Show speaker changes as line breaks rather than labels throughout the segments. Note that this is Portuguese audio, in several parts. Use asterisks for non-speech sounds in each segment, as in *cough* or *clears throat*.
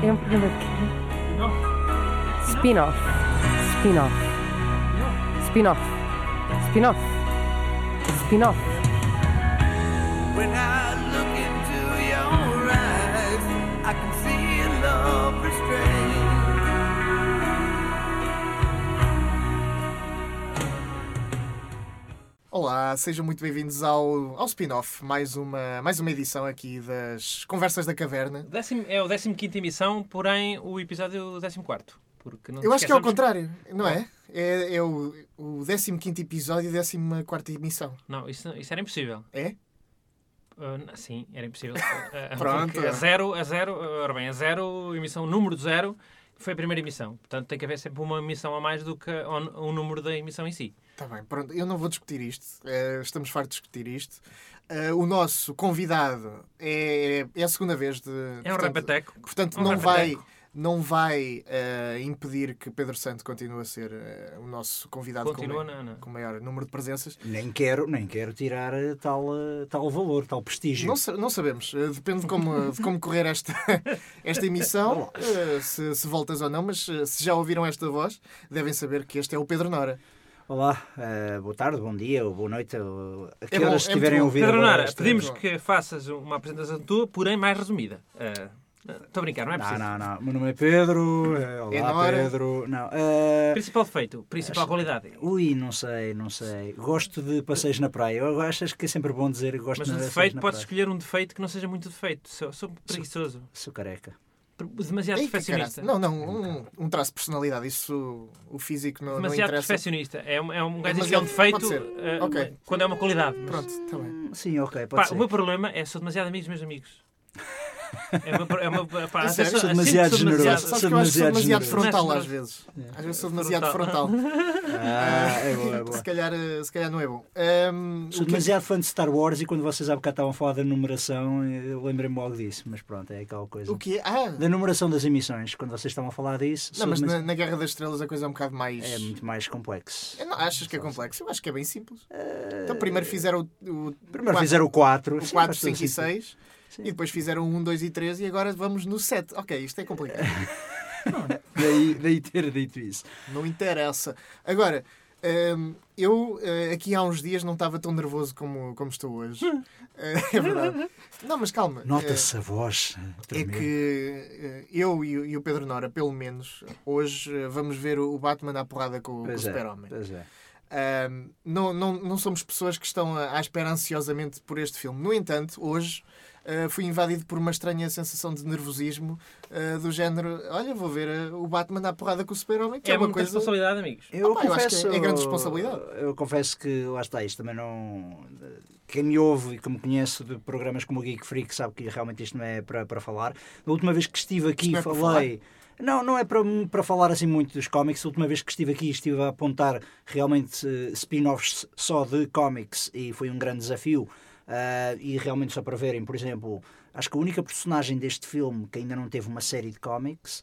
Tem um programa aqui. Spin-off. Spin-off. Spin-off. Spin-off. Spin-off.
When I look into your eyes, I can see a love restrained.
Olá, sejam muito bem-vindos ao, ao spin-off, mais uma, mais uma edição aqui das Conversas da Caverna.
Décimo- é o 15 emissão, porém o episódio 14. Porque não
Eu acho que é ao
o
contrário, não é? É, é o, o 15 episódio e 14 emissão.
Não, isso, isso era impossível.
É?
Ah, não, sim,
*laughs*
era impossível. Ah,
Pronto.
porque A zero, a zero, ah, ora bem, a zero, emissão número zero, foi a primeira emissão. Portanto, tem que haver sempre uma emissão a mais do que o, o número da emissão em si.
Está Tá bem, pronto, eu não vou discutir isto. Eh, estamos fartos de discutir isto. Eh, o nosso convidado é, é a segunda vez de.
É um repeteco.
Portanto,
Um
não vai,
repeteco.
não vai eh, impedir que Pedro Santo continue a ser eh, o nosso convidado com,
Continua, né?
ma-
não, não.
com maior número de presenças.
Nem quero, nem quero tirar eh, tal, eh, tal valor, tal prestígio.
Não, sa- não sabemos, Eh, depende de como, de como correr esta, *laughs* esta emissão, eh, se, se voltas ou não, mas eh, se já ouviram esta voz, devem saber que este é o Pedro Nora.
Olá, eh, boa tarde, bom dia ou boa noite, ou, a que
bom,
horas
é muito
estiverem a
bom.
ouvir.
Pedro
agora
Nara,
esta-
pedimos que faças uma apresentação tua, porém mais resumida. Ah, Estou a brincar, não é
Não,
preciso.
não, não. Meu nome é Pedro. eh, Olá,
É na hora.
Pedro. Não. eh,
Principal defeito, principal qualidade.
Ui, não sei, não sei. Gosto de passeios na praia. Eu acho acho que é sempre bom dizer que gosto
Mas
de
um
passeios
defeito,
na
podes
praia.
escolher um defeito que não seja muito defeito. Sou, sou preguiçoso,
Sou careca.
pre- demasiado
Ei, que
perfeccionista.
caraças. Não,
É
não, um, um traço de personalidade, isso o físico não, não
demasiado
interessa.
perfeccionista. É um, é um gajo
Demasiado-
diz que é um
pode
defeito
ser.
eh,
Ok.
quando é uma qualidade. mas-
Pronto, está bem.
Hum, Sim, ok, pode
Pá,
ser.
o meu problema é sou demasiado amigo dos meus amigos. É uma, é uma, pá,
Isso é, sou
até assim que
demasiado
sou
generoso.
Sabes
demasiado-
que eu acho que sou
demasiado
demasiado
generoso.
frontal às
Mas-
vezes. Às vezes sou demasiado
Frontal.
frontal.
Ah, *laughs* é boa, é boa.
*laughs* se, calhar, eh, se calhar não é bom. Ahm, o
Sou
que é que-
demasiado fã de Star Wars e quando vocês há bocado estavam a falar da numeração, eu lembrei-me logo disso, mas pronto, é aquela coisa.
o que é? Ah,
Da numeração das emissões, quando vocês estavam a falar disso,
não,
sou
mas na,
demasiado-
na Guerra das Estrelas a coisa é um bocado mais.
é muito mais complexo.
Eu não- achas que é complexo? Eu acho que é bem simples. Então, primeiro fizeram o, o
Eh, Primeiro
quatro-
fizeram o 4,
o 4, 5 e 6 e depois fizeram o 1, 2 e 3 e agora vamos no 7. Ok, isto é complicado.
Daí, daí ter dito isso.
não interessa. Agora, hum, eu eh, aqui há uns dias não estava tão nervoso como, como estou hoje. Eh, é verdade. Não, mas calma.
Hum. Nota-se a voz.
Eh, É, que eh, eu e, o- e o Pedro Nora, pelo menos, hoje eh, vamos ver o o Batman à porrada com, o- com o
Pois é,
Super-Homem. Ah,
pois é.
Ahm, não, não, não somos pessoas que estão à à espera ansiosamente por este filme. No entanto, hoje ah, fui invadido por uma estranha sensação de nervosismo ah, do género: olha, vou ver ah, o Batman à porrada com o Super-Homem, que é,
É
uma
muita
coisa.
responsabilidade, amigos.
Eu,
pá, eu acho que
confesso,
é grande responsabilidade.
Eu confesso que, lá está, isto também não. Quem me ouve e que me conhece de programas como o Geek Freak sabe que realmente isto não é para, para falar. Da última vez que estive aqui,
não é para
falei. Não, não é para, para falar assim muito dos cómics. A última vez que estive aqui, estive a apontar realmente eh, spin-offs só de cómics e foi um grande desafio. Ah, e realmente só para verem, por exemplo, acho que a única personagem deste filme que ainda não teve uma série de cómics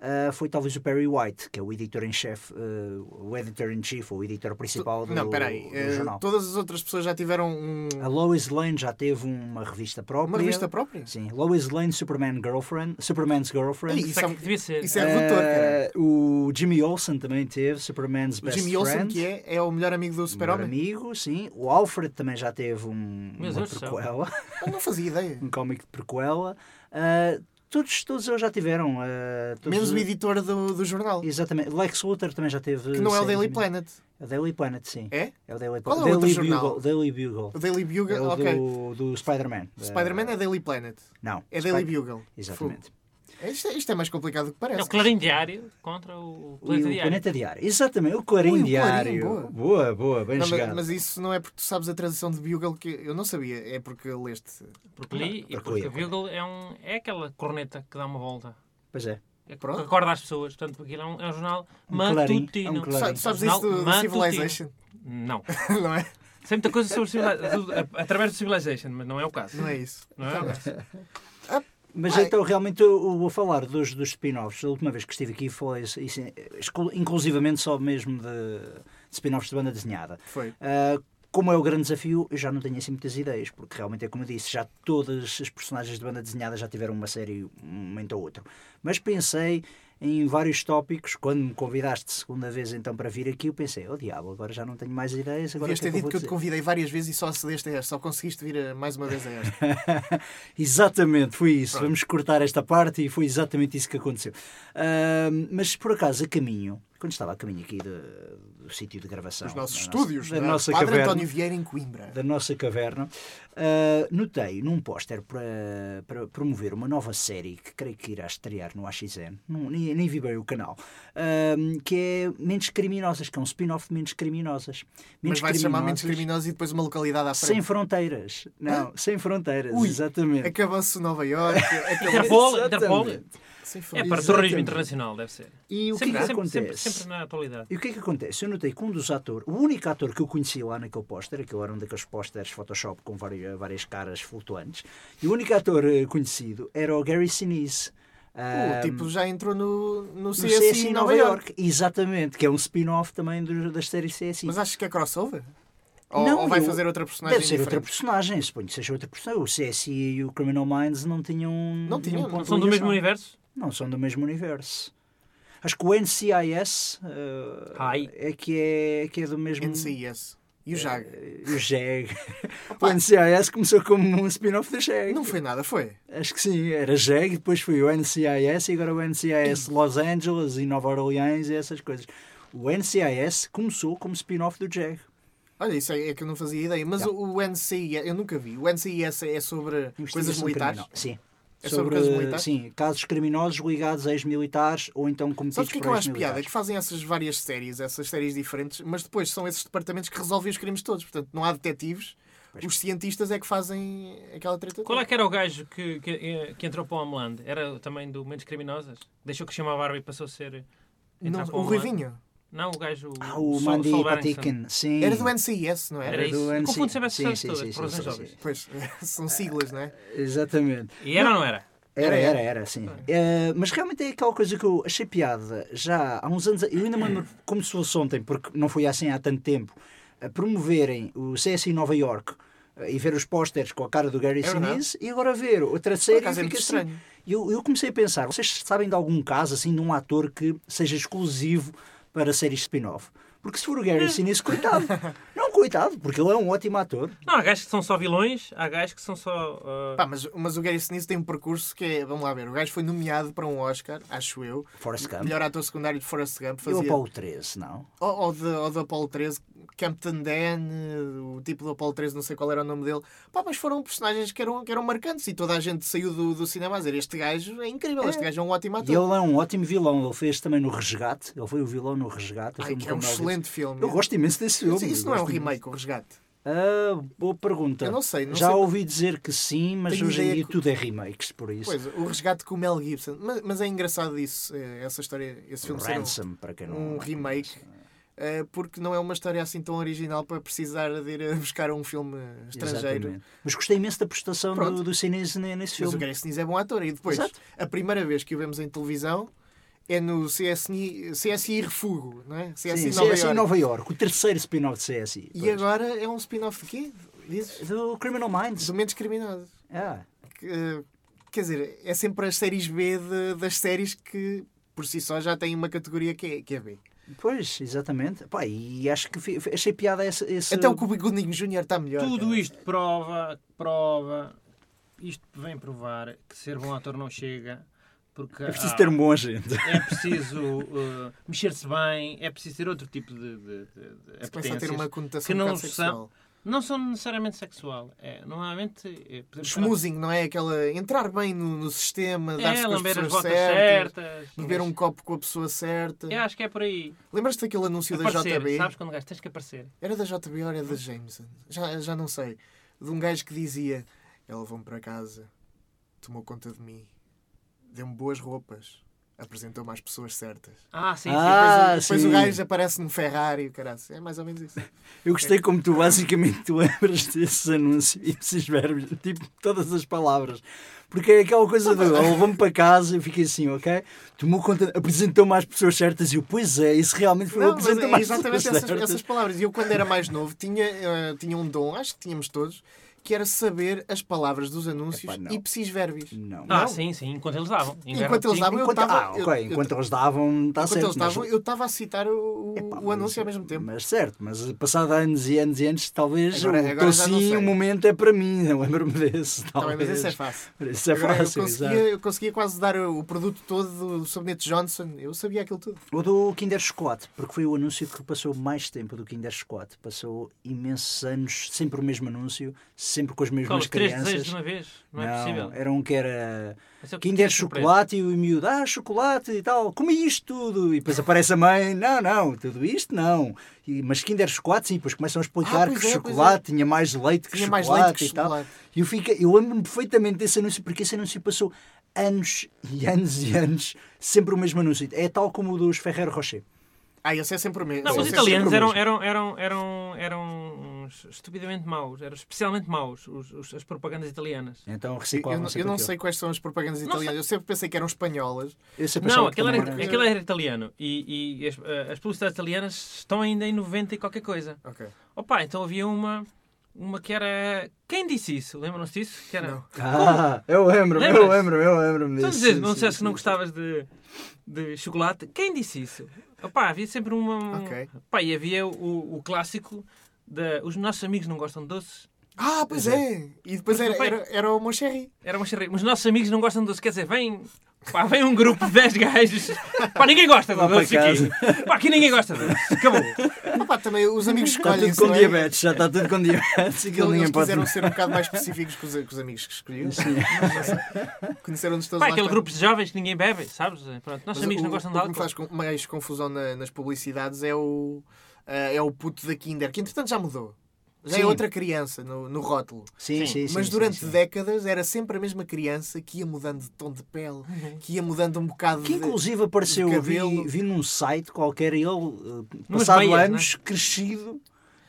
ah, foi talvez o Perry White, que é o editor em chefe, eh, o editor in chief, ou o editor principal do,
não, espera aí.
do
Ah,
jornal.
todas as outras pessoas já tiveram um-
A Lois Lane já teve uma revista própria.
uma revista própria.
Sim, Lois Lane, Superman Girlfriend, Superman's Girlfriend.
Ei,
Isso
Isso é
é que
um-
devia ser.
Isso é redutor, cara.
Eh, o Jimmy Olsen também teve, Superman's
O
Best
Jimmy Olsen,
Friend.
que é, é o melhor amigo do
Meu
Super-Homem.
amigo, sim. O Alfred também já teve um,
Meu
uma
Deus do céu.
prequela,
Eu não fazia ideia.
um cómic de prequela. Eh, todos, todos eles já tiveram. eh, todos
Menos
os-
o editor do, do jornal,
Exatamente. Lex Luthor também já teve.
que não é o
séries
Daily
de-
Planet.
É o Daily Planet, sim.
É?
É o Daily
Qual é
Planet.
o
Daily,
outro jornal?
Bugle, Daily Bugle.
O Daily Bugle,
É o
ok.
do, do Spider-Man. Da-
Spider-Man é Daily Planet.
Não.
É
Spider-
Daily Bugle.
Exatamente.
Fogo. Isto é, isto é mais complicado do que parece.
É o Clarim Diário contra o
O, e o
Planeta Diário.
Planeta Diário. Exatamente. O Clarim
Ui, o Clarim,
Diário.
boa.
boa, boa, Bem
Não, mas-
jogado.
mas, isso não é porque tu sabes a transição de Bugle que eu não sabia, é porque leste.
Porque li e
Porque
porque
li,
a Bugle é, um, é aquela corneta que dá uma volta.
Pois é.
É que
Pronto.
acorda as pessoas. Portanto, aquilo é um, é um jornal
Um clarim,
matutino.
é um
Tu
Claro.
sa- tu sabes
Jornal
isso do, do
matutino.
Civilization,
Não.
*laughs* não é?
Sei muita coisa sobre Civilization, através do Civilization, mas não é o caso.
Não é isso.
Não é?
Tá bem.
Então, Mas
Bem.
então, realmente, eu eu vou falar dos, dos spin-offs. A última vez que estive aqui foi assim, isso- isso, exclu- inclusivamente só mesmo de, de spin-offs de banda desenhada.
Foi.
Ah, como é o grande desafio, eu já não tenho assim muitas ideias, porque realmente é como eu disse, já todas as personagens de banda desenhada já tiveram uma série um momento ou outro. Mas pensei em vários tópicos, quando me convidaste segunda vez então para vir aqui, eu pensei, oh diabo, agora já não tenho mais ideias. Agora
Devias
o que
ter
é que eu
dito
vou
que eu te
dizer?
convidei várias vezes e só acedeste a esta, só conseguiste vir eh, mais uma vez a esta.
*laughs* exatamente, foi isso. Vamos cortar esta parte e foi exatamente isso que aconteceu. Ahm, mas por acaso, a caminho, quando estava a caminho aqui do, do sítio de gravação,
Os nossos
da nossa-
estúdios,
da
né?
nossa
Padre
caverna,
António Vieira em Coimbra.
da nossa caverna, ah, notei num póster para, para promover uma nova série que creio que irá estrear no AXN, não, nem, nem vi bem o canal, ahm, que é Mentes Criminosas, que é um spin-off de Mentes Criminosas.
Mas
Mentes
vai chamar Mentes
Criminosas
Criminosas e depois uma localidade à
Sem
frente.
fronteiras. Não, sem fronteiras,
Ui, é
exatamente.
Acabou-se Nova
*laughs*
York. acabou-se...
Interpol, Interpol.
Exatamente.
Sem
É
fronteiras.
para terrorismo internacional, deve ser.
E o que,
sempre,
é que
sempre,
acontece?
sempre, sempre na atualidade.
E o que é que acontece? Eu notei que um dos atores, o único ator que eu conheci lá naquele póster, aquele era um daqueles pósteres Photoshop com várias, várias caras flutuantes, e o único ator eh, conhecido era o Gary Sinise.
O
ah,
tipo já entrou no, no
do
CSI, em
CSI é assim em
Nova York.
Exatamente, que é um spin-off também do, das séries CSI.
Mas achas que é crossover? Ou,
Não,
ou vai
eu-
fazer outra personagem
Deve ser outra
diferente?
personagem, suponho que seja outra personagem. O CSI e o Criminal Minds não tinham.
Não tinham,
nenhum ponto
não.
de
São do mesmo
ligação.
universo?
Não, são do mesmo universo. Acho que o NCIS eh,
Ai.
é, que é, que é do mesmo.
NCIS. E o Jag.
Eh,
*laughs*
O JEG. o NCIS começou como um spin-off do JEG.
Não foi nada, foi.
Acho que sim, era JEG, depois foi o NCIS e agora o NCIS Los Angeles e Nova Orleans e essas coisas. O NCIS começou como spin-off do JEG.
Olha, isso é, é que eu não fazia ideia. Mas
Já.
o, o NCIS, eu nunca vi. O NCIS é sobre coisas
Investigação
militares.
criminal. Sim.
É sobre casos militares?
Sim, casos criminosos ligados a ex-militares ou então cometidos
Sabes o que é que
por
eu acho piada?
ex-militares.
Que fazem essas várias séries, essas séries diferentes, mas depois são esses departamentos que resolvem os crimes todos. Portanto, não há detetives. Os cientistas é que fazem aquela treta.
Qual é
toda.
que era o gajo que, que, eh, que entrou para o Homeland? Era também do Mentes Criminosas? Deixou que chamava a barba e passou a ser... entrar
Não,
para um
o
Homeland?
Ruivinho.
Não, o gajo...
Ah,
Sol-
o Mandy
Sol Berenson.
Patinkin, sim.
Era do NCIS, não
Era
era?
isso.
do
Eu
NC.
confundo sempre essas
Sim,
coisas
sim,
todas,
sim,
por razões
sim, sim.
óbvias.
Pois, *laughs* são siglas, não é?
Exatamente.
E era ou não era?
Era, era, era, sim. Eh, mas realmente é aquela coisa que eu achei piada já há uns anos. Eu ainda me lembro
*clears throat*
como se fosse ontem, porque não foi assim há tanto tempo, a promoverem o CSI Nova York eh, e ver os pósteres com a cara do Gary
É verdade.
Sinise e agora ver outra série e
acaso é
fica
muito
assim.
estranho.
Eu, eu comecei a pensar, vocês sabem de algum caso assim de um ator que seja exclusivo para séries spin-off? Porque se for
*laughs*
o Gary Sinise, coitado. Não, coitado, porque ele é um ótimo ator.
Não, há gajos que são só vilões, há gajos que são só... ah,
Pá, mas, mas o Gary Sinise tem um percurso que é. Vamos lá ver. O gajo foi nomeado para um Oscar, acho eu.
Forrest Gump.
Melhor ator secundário de Forrest Gump.
Tá. E o
Fazia,
Apollo 13, não?
ou, ou de- ou do Apollo 13, Campton Dan, eh, o tipo do Apollo 13, não sei qual era o nome dele. Pá, mas foram personagens que eram, que eram marcantes e toda a gente saiu do, do cinema a dizer: Este gajo é incrível, este gajo é um ótimo
E
ator.
ele é um ótimo vilão. Ele fez também no Resgate. Ele foi o vilão no Resgate. o
Ai,
filme
que é um
com Mel
excelente filme.
Gibson. Eu gosto imenso desse filme.
Isso, isso não é um
gosto imenso.
remake, o resgate.
Ah, boa pergunta.
Eu não sei, não
Já
sei.
ouvi dizer que sim, mas
Tenho
hoje em
ideia
dia
que-
tudo é remakes, por isso.
Pois, o resgate com o Mel Gibson. Mas, mas é engraçado isso, eh, essa história, esse filme ser um-
Ransom, para quem não.
um remake. eh, porque não é uma história assim tão original para precisar de ir a *laughs* buscar um filme estrangeiro.
Exatamente. Mas gostei imenso da prestação do,
Pronto.
do Sinise ne- nesse
Mas o
filme.
Gary Sinise é bom ator. E depois,
Exato.
a primeira vez que o vemos em televisão é no CSI, CSI Refugo, não é? CSI,
Sim,
Nova
CSI
York.
Nova York, o terceiro spin-off de CSI.
E
pois.
agora é um spin-off de quê? Dizes?
Do Criminal Minds.
Do menos criminoso.
Ah,
Que, eh, Quer dizer, é sempre as séries B de- das séries que por si só já têm uma categoria que é, que é B.
pois, exatamente. Pá, e acho que fi- achei piada esse. esse...
Até o que o Bigodinho Então Júnior está melhor.
Tudo
cara.
isto prova, prova, isto vem provar que ser bom ator não chega, porque
É preciso
há-
ter um bom agente.
é preciso uh, mexer-se bem, é preciso ter outro tipo de, de, de, de
Se começa a ter
assim
apetências.
uma conotação
que
que
não
não
são-
sexual.
Não são necessariamente sexual. É, normalmente... É, podemos falar-
Schmoozing, não é? Aquela entrar bem no, no sistema, dar-se
é,
com as
lamber as
pessoas
botas
certas,
certas.
beber um copo com a pessoa certa.
Eu acho que é por aí.
Lembras-te daquele anúncio da
Aparecer,
JB?
sabes quando o gajo tens que aparecer.
Era da JB ou era da Jameson? Já, já não sei. De um gajo que dizia: Ela levou-me para casa, tomou conta de mim, deu-me boas roupas, apresentou mais pessoas certas.
Ah, sim, sim.
Ah,
Depois
sim.
o gajo aparece num Ferrari, o caralho. É mais ou menos isso.
Eu gostei como tu basicamente tu *laughs* lembras desses anúncios e desses verbos, tipo todas as palavras. Porque é aquela coisa do ele levou-me para casa e fiquei assim, ok? Tomou conta, apresentou-me às pessoas certas e eu, pois é, isso realmente foi
Não, mas
apresentou-me
é
às pessoas
exatamente essas,
certas.
essas palavras. E eu, quando era
*laughs*
mais novo, tinha, eh, tinha um dom, acho que tínhamos todos, que era saber as palavras dos anúncios
Epá, não.
e precis verbis.
Não.
Ah,
Não.
sim, sim. Enquanto eles davam.
Enquanto eles davam, eu
Enquanto,
estava.
ah, ok, enquanto eles davam, está certo.
Enquanto eles
mas-
davam, eu estava a citar o, o-
Epá,
o anúncio é ao
mas-
mesmo tempo.
Mas certo, mas passado anos e anos e anos, talvez
Agora-
o
agora já não
sim,
sei.
o momento é para mim, eu lembro-me desse.
Também,
Talvez.
mas isso é fácil.
Isso é
Agora,
fácil,
eu, conseguia,
exato.
eu conseguia quase dar o produto todo do sabonete Johnson. Eu sabia aquilo tudo.
O do Kinder Chocolate, porque foi o anúncio que passou mais tempo do Kinder Chocolate. Passou imensos anos, sempre o mesmo anúncio, sempre com as mesmas
Os três desejos
crianças.
de uma vez. Não, é possível.
era um que era
Mas eu-
Kinder
que surpresa.
Chocolate e o miúdo, ah, chocolate e tal, comi isto tudo. E depois aparece a mãe, não, não, tudo isto não. E, mas Kinder Chocolate, sim, depois começam a
Ah,
explicar
pois
que
é, pois
chocolate tinha mais leite que
Tinha mais
chocolate
leite que
e tal.
chocolate.
E eu, fica, eu lembro-me perfeitamente desse anúncio, porque esse anúncio passou anos e anos e anos, sempre o mesmo anúncio. É tal como o dos Ferrero Rocher.
Ah, esse é sempre o mesmo.
Não,
Esse
os
é
italianos
sempre o
eram,
mesmo.
eram, eram, eram, eram uns estupidamente maus, eram especialmente maus os, os- as propagandas italianas.
Então
Eu, eu
reciclavam
não- eu não sei quais são as propagandas
Não sei.
italianas. Eu sempre pensei que eram espanholas.
Não, aquele era,
era-
aquele era italiano e, e as, eh, as publicidades italianas estão ainda em 90 e qualquer coisa.
Ok.
Opa, então havia uma, uma que era. Quem disse isso? Lembram-se disso? Que era...
Não.
Ah, eu lembro, eu
Lembras?
lembro, eu lembro-me
Então,
disso.
dizes, não disseste que não gostavas de, de chocolate. Quem disse isso? Opá, havia sempre uma.
Ok.
Pá, e havia o, o clássico de os nossos amigos não gostam de doces.
Ah, pois é! E depois era, era, era o Moncherry.
Era uma charreira. Os nossos amigos não gostam de doces. Quer dizer, vem. Pá, vem um grupo de 10 gajos. Pá, ninguém gosta de
Lá para
doces aqui. Pá, aqui ninguém gosta de doces. Acabou.
Ah, pá, também os
*laughs*
amigos
Está
escolhem.
Tá tudo com
não é?
diabetes, já está *laughs* tudo com diabetes. Aquilo
Eles
ninguém pode.
quiseram ser um bocado
*laughs*
mais específicos com os, com os amigos que escolhiam. Conheceram-nos todos
Pá,
lá
aquele
está.
grupo de jovens que ninguém bebe, sabes? Pronto,
Mas
nossos amigos
o,
não gostam de
o que me
álcool.
faz com- mais confusão na- nas publicidades é o, ah, é o puto da Kinder, que entretanto já mudou. Já
Sim.
é outra criança no, no rótulo.
Sim, sim, sim.
Mas
sim,
durante
sim.
décadas era sempre a mesma criança que ia mudando de tom de pele,
Uhum.
que ia mudando um bocado
Que
de...
inclusive apareceu,
de
eu vi,
cabelo.
vi num site qualquer, ele, eh, passado
meias,
anos, crescido,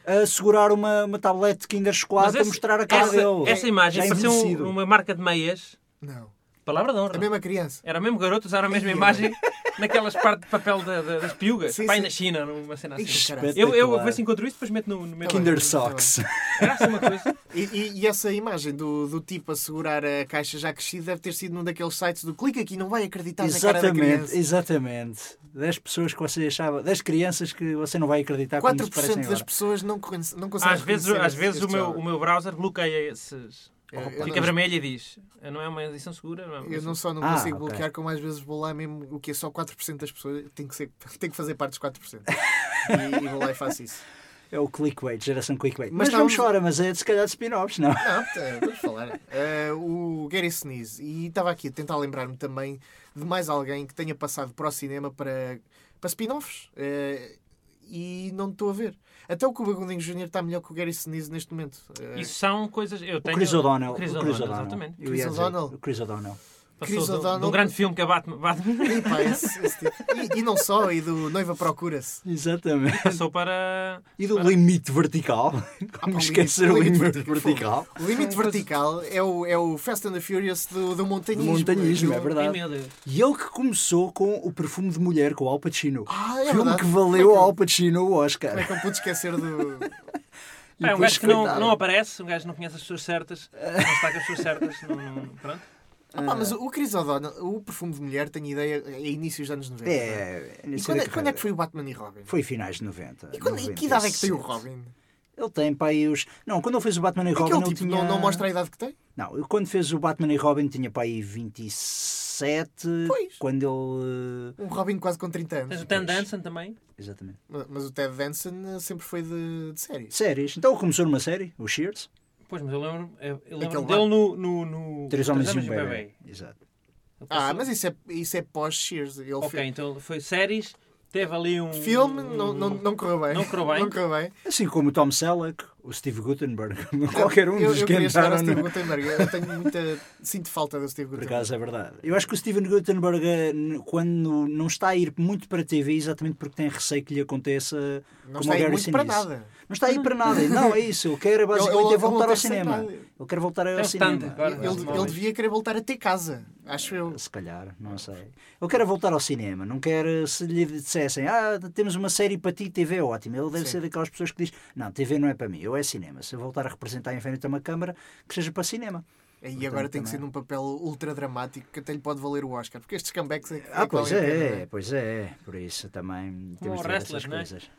a segurar uma, uma tablete Kinder Chocolate a
esse-
mostrar a cara
essa,
dele.
É
essa imagem
Já
pareceu um-
envelhecido.
uma marca de meias.
Não,
Palavra de honra.
a mesma criança.
Era o mesmo garoto usar a mesma imagem naquelas partes de papel da- da- das piugas.
Sim,
Pai
sim.
na China, numa cena assim.
Ixi, caralho.
Eu, eu
espetacular.
vou se encontro isso, depois meto no, no meu.
bem, tá
Kinder
bem.
Socks.
Era assim uma coisa.
E, e- e essa imagem do, do tipo a segurar a caixa já crescida deve ter sido num daqueles sites do clique aqui, não vai acreditar na cara da
Exatamente,
criança.
exatamente. 10 pessoas que você achava, 10 crianças que você não vai acreditar como se
4%
parecem
das
agora.
pessoas não, conhece, não conseguem
Às vezes,
reconhecer
às
este-
vezes o,
este
meu,
jovem.
o meu browser bloqueia esses.
Eu- eu
Fica
não-
vermelho e diz: Não é uma edição segura? Não é uma
Eu não só não
Ah,
consigo
ok.
bloquear, como às vezes vou lá mesmo, o que é só 4% das pessoas, tem que, ser, *laughs* tem que fazer parte dos 4%. e, e vou lá e faço isso.
É o clickbait, geração clickbait.
Mas
Mas, vamos
estávamos-
fora, mas é de se calhar de spin-offs, não?
Não, tá, vamos falar. Eh, o Gary Sinise. E estava aqui a tentar lembrar-me também de mais alguém que tenha passado para o cinema para, para spin-offs. Eh, e não estou a ver. Até o Cuba Gooding Jr. está melhor que o Gary Sinise neste momento. Eh,
Isso são coisas. Eu
O
tenho.
Chris O'Donnell.
O Chris O'Donnell, exatamente.
Eu ia
Chris
dizer,
O'Donnell.
O Chris O'Donnell.
Passou
Chris
do, do
O'Donnell-
grande filme que é Batman, Batman *laughs*
e, pá, esse- esse tipo. E- e não só, e do Noiva Procura-se.
Exatamente.
passou para.
E do
*laughs*
limite vertical. Como
o
esquecer o
um limite- o
limite,
limite
vertical.
O limite vertical é o, é o Fast and the Furious do, do montanhismo.
Montanhismo, é
Aquilo-
Ai,
verdade.
meu Deus.
E ele que começou com o perfume de mulher com o Al Pacino.
Ah, é
filme
verdade.
que valeu
Como é
ao
que-
Al Pacino o
Como é
Oscar.
que eu pude esquecer
*laughs*
do.
E
É um
depois,
gajo que não,
coitado.
não aparece, um gajo que não conhece as pessoas
*laughs*
certas, não está com as pessoas certas. Não, não- pronto.
Ah, pá,
É.
mas o o Chris O'Donnell, o perfume de mulher, tenho ideia, é inícios dos anos 90. não é?
É,
E quando, é- quando é que foi o Batman e Robin?
Foi finais de 90.
E, quando, e que idade é que tem o
97.
Robin?
Ele tem para aí os. Não, quando ele fez o Batman e Robin.
Aquele
ele
tipo
tinha...
não, não mostra a idade que tem?
Não, eu quando fez o Batman e Robin tinha para aí 27.
Pois.
Quando ele. eh,
Um Robin quase com 30
Tens
anos.
o Tan Danson também.
Exatamente.
Mas, mas o Ted Danson eh, sempre foi de, de séries.
Séries. Então ele começou numa série, o Shears.
Pois, mas eu lembro, é, eu eu
É Aquele
lembro
lá.
dele no, no, no.
Três homens e um
Três
bebê. Exato.
Ele
Ah,
passou-
mas isso é, isso é pós-Shears. Ele
Ok,
fez
então foi séries, teve ali um.
filme, não, não, não correu bem.
Não correu bem.
Não correu bem.
Assim como o Tom Selleck, o Steve *laughs* Gutenberg, qualquer um
eu,
dos
eu
que
queria chegar ao
entraram.
Steve
no-
Gutenberg. Eu tenho muita. Sinto falta do Steve
é? Por
Gutenberg.
acaso é verdade. Eu acho que o Steven Gutenberg, eh, n- quando não está a ir muito para a TV, exatamente porque tem receio que lhe aconteça
Não
como
está
ao
aí
Gary
muito para
Sinise.
nada.
Não está aí para nada. Não, é isso. Eu quero é basicamente
*laughs* Ele- ele-
é voltar
ele não
ao
tem
cinema.
receio de nada.
Eu quero voltar ao
Tem o stand
cinema.
agora,
Ele,
Mas,
ele devia querer voltar a ter casa, acho eu.
Se calhar, não sei. Eu quero é voltar ao cinema. Não quero se lhe dissessem, ah, temos uma série para ti, TV é ótimo. Ele deve
Sim.
ser daquelas pessoas que diz, não, TV não é para mim, eu é cinema. Se eu voltar a representar em frente a uma câmara, que seja para cinema.
E agora tem que ser
também.
num papel ultra dramático que até lhe pode valer o Oscar, porque estes comebacks é que
Ah,
que
pois
valem a pena,
é,
não é?
pois é. Por isso também
Como
temos de
o
ver essas
wrestler, não é?
coisas.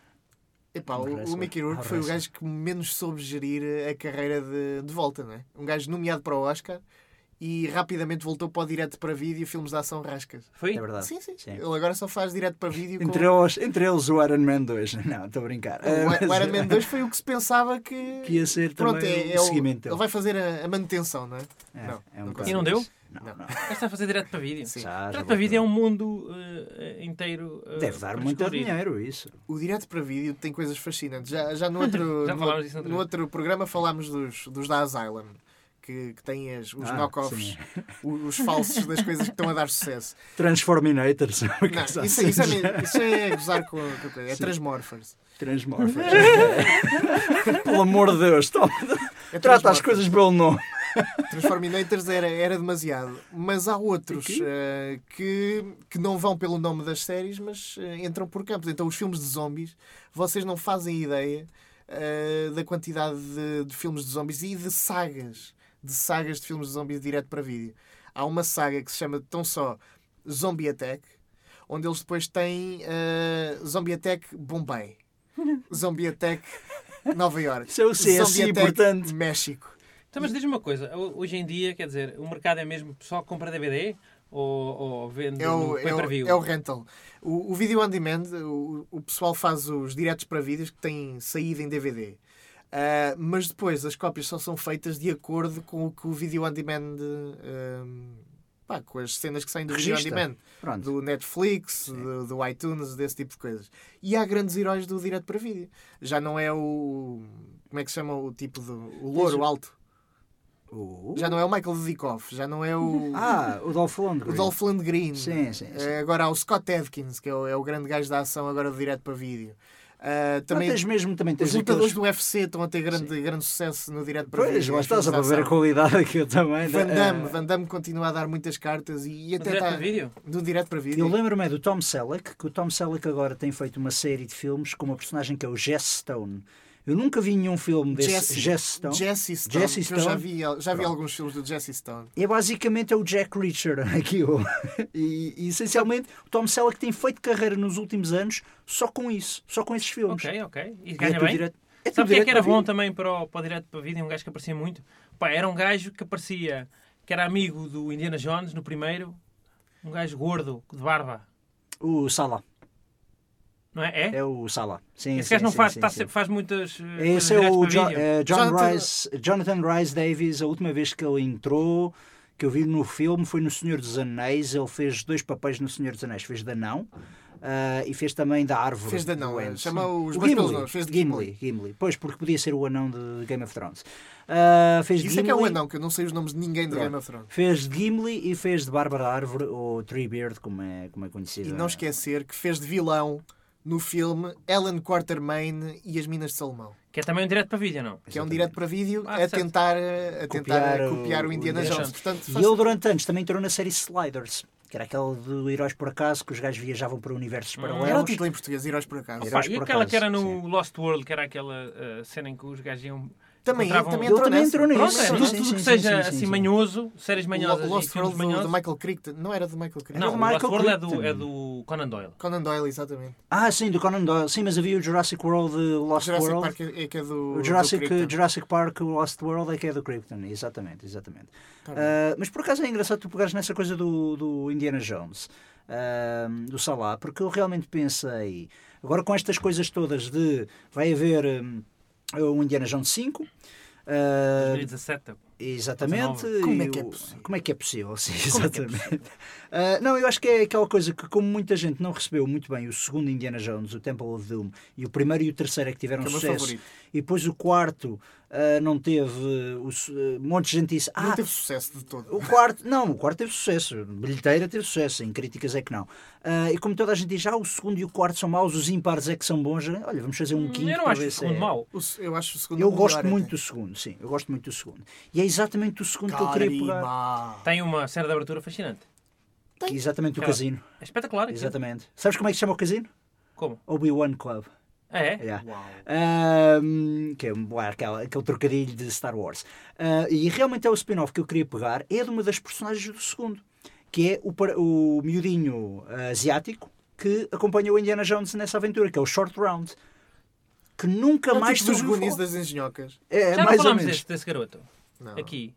Epá,
Um
o,
wrestler.
o Mickey Rourke
Um
foi o
wrestler.
gajo que menos soube gerir a carreira de, de volta, não é? Um gajo nomeado para o Oscar e rapidamente voltou para o direto para vídeo e filmes de ação rascas.
Foi?
É verdade.
Sim, sim,
Sim.
Ele agora só faz direto para vídeo com...
Entre eles, entre eles o Iron Man 2. *laughs* Não, estou a brincar. Ah,
O, o
mas- *laughs*
Iron Man 2 foi o que se pensava que...
Que ia ser
Pronto,
também
é,
o
é o-
seguimento dele.
ele vai fazer a, a manutenção, não é?
É,
Não,
é
não
um bocado
E não deu?
isso. Não, não.
Está a fazer direto para vídeo.
Sim.
Já, já
Direto para
vou-
vídeo é um mundo eh, inteiro. eh,
Deve dar
para
muito
descobrir.
dinheiro, isso.
O direto para vídeo tem coisas fascinantes. Já, já no
*laughs*
outro,
Já
no,
falámos disso outra
no
vez.
outro programa falámos dos, dos da Asylum, que, que têm as- os
Ah,
knock-offs,
sim.
os, os falsos das coisas que estão a dar
*laughs*
sucesso.
Transforminators. *laughs* uma
Não,
coisa
isso,
assim.
isso, é, mesmo- isso é gozar com a com a coisa. É Transmorphers.
Transmorphers. *laughs* Pelo amor de Deus, toma-
É
trata as
Transmorphers.
coisas pelo nome.
Transforminators era, era demasiado. Mas há outros eh, que, que não vão pelo nome das séries, mas eh, entram por campos. Então, os filmes de zombies, vocês não fazem ideia eh, da quantidade de, de filmes de zombies e de sagas. De sagas de filmes de zombies direto para vídeo. Há uma saga que se chama tão só Zombie Attack, onde eles depois têm eh, Zombie Attack Bombay, Zombie Attack Nova York,
Isso é o CSI,
Zombie
portanto.
Attack México.
Então, mas diz-me uma coisa. ho- Hoje em dia, quer dizer, o mercado é mesmo só compra DVD ou, ou vende
É o,
no
é,
pay-per-view?
o, é o rental. O, o vídeo on demand, o, o pessoal faz os diretos para vídeos que têm saída em DVD. Ah, mas depois as cópias só são feitas de acordo com o que o vídeo on demand. ahm, pá, com as cenas que saem do
Regista.
vídeo on demand.
Pronto.
Do Netflix, do, do iTunes, desse tipo de coisas. E há grandes heróis do direto para vídeo. Já não é o. Como é que se chama o tipo do. O louro alto.
O-
Já não é o Michael Dudikoff. Já não é o.
Ah, o Dolph Lundgren.
O Dolph Lundgren.
Sim, sim, sim. Ah,
Eh, Agora há o Scott Adkins, que é o, é o grande gajo da ação agora do direto para vídeo. Ah, também
Também tens mesmo, também
os
tens
lutadores
aqueles-
do UFC estão a ter grande, grande sucesso no direto para
Pois,
vídeo.
lá
nos
estás a
filmes de
ver a
ação.
qualidade aqui também.
Van Damme,
Ah,
Van Damme continua a dar muitas cartas e, e
No
até
direto
está
para vídeo?
no direto para vídeo.
Eu lembro-me é do Tom Selleck, que o Tom Selleck agora tem feito uma série de filmes com uma personagem que é o Jess Stone. Eu nunca vi nenhum filme desse
Jesse-
Jess Stone.
Jesse Stone,
então. Jesse
que
Stone.
eu já vi, já vi alguns filmes do Jesse Stone.
É basicamente é o Jack Reacher *laughs* aquilo. E, e, essencialmente o Tom Selleck tem feito carreira nos últimos anos só com isso, só com esses filmes.
Ok, ok. E
E é
ganha
tudo
bem?
direto- é
Sabe
tudo
quem é
direto
que era
para o
bom
vídeo.
também para o, para o Direto para a Vida? Um gajo que aparecia muito. Pá, era um gajo que aparecia, que era amigo do Indiana Jones no primeiro. Um gajo gordo, de barba.
O Sala.
Não é? É?
É o Sala. Sim,
Esse
sim,
gajo não
sim,
faz,
sim,
tá
sim.
sempre- faz muitas. eh, coisas
Esse é
direto
o
para
Jo-
vídeo.
eh, John
Jonathan-
Rice, Jonathan Rice Davis, a última vez que ele entrou, que eu vi no filme, foi no Senhor dos Anéis. Ele fez dois papéis no Senhor dos Anéis. Fez da Não ah, e fez também da Árvore.
Fez de anão,
doente.
eh, chama os dois
o
pelos
Gimli,
nomes, fez de
Gimli, Gimli. Pois, porque podia ser o anão de Game of Thrones. Ah, fez de
Isso é que é o
Gimli,
anão, que eu não sei os nomes de ninguém do
Pronto.
Game of Thrones.
Fez de Gimli e fez de Bárbara Árvore, ou Treebeard, como é, como é conhecido.
E não esquecer que fez de vilão no filme Ellen Quartermain e as Minas de Salomão.
Que é também um direto para vídeo, não?
que é um direto para vídeo a
Ah, certo.
tentar, eh, a tentar
Copiar
copiar,
o-
o,
o
Indiana
Indiana
Jones.
Jones.
Portanto,
E
faz-
ele durante anos também entrou na série Sliders, que era aquela do Heróis por Acaso, que os gajos viajavam para universos paralelos.
era o título em português, Heróis por Acaso.
Heróis
Pá, e
por
aquela
acaso,
que era no
sim.
Lost World, que era aquela eh, cena em que os gajos iam.
Também,
encontravam-
também
Ele
entrou
também
nessa.
entrou nisso.
Pronto,
Sim,
é,
sim,
tudo tudo
sim,
que
sim,
seja
sim,
assim
sim.
manhoso, séries
O
manhosas. e
Lost
filmes
World do, do
manhosos.
Michael Crichton. Não era do Michael Crichton.
Não,
do
o
Michael
Lost World é do,
Crichton.
é do Conan Doyle.
Conan Doyle, exatamente.
Ah, sim, do Conan Doyle. Sim, mas havia o Jurassic World, o Lost
Jurassic
World.
Park é é que é do.
O
do
Jurassic, uh,
Crichton.
Jurassic Park, o Lost World é que é do Krypton, exatamente, exatamente.
Tá
Ah, mas por acaso é engraçado tu pegares nessa coisa do, do Indiana Jones, ah, do Salah, porque eu realmente pensei, agora com estas coisas todas de vai haver hum, um, Indiana Jones 5, ah,
2017.
Exatamente.
19.
Como é
e
que é
o-
possível?
Como é que é possível? *laughs* Sim,
Como é que é
exatamente. Ah, não, eu acho que é aquela coisa que, como muita gente não recebeu muito bem o segundo Indiana Jones, o Temple of Doom, e o primeiro e o terceiro é que tiveram
Que é o meu
sucesso,
favorito.
e depois o quarto ah, não teve. ah, o su- ah, um monte de gente disse:
Não
Ah,
teve sucesso de todo.
o quarto, não, o quarto teve sucesso. Bilheteira teve sucesso, em críticas é que não. Ah, e como toda a gente diz, ah, o segundo e o quarto são maus, os ímpares é que são bons. Olha, vamos fazer
Hum,
um quinto.
eu não
para
acho
ver
o
se
segundo
é...
mau.
O se- Eu acho o segundo
Eu
melhor é.
gosto
até.
muito do segundo, sim, eu gosto muito do segundo. E é exatamente o segundo que eu queria pegar.
Karima.
Tem uma cena de abertura fascinante.
Que é exatamente o
É.
casino.
É espetacular. aquilo.
Exatamente. Sabes como é que se chama o casino?
Como?
Obi-Wan Club.
Ah, é?
Yeah.
Uau.
Ahm, que é um- lá, aquela- aquele trocadilho de Star Wars. Ah, e realmente é o spin-off que eu queria pegar, é de uma das personagens do segundo, que é o, par- o miudinho ah, asiático que acompanha o Indiana Jones nessa aventura, que é o Short Round. Que nunca
Não,
é mais
tipo dos
se ouviu
Goonies
falar.
das engenhocas.
É,
Já não
mais ou
falámos
menos.
desse, desse garoto.
Não.
Aqui.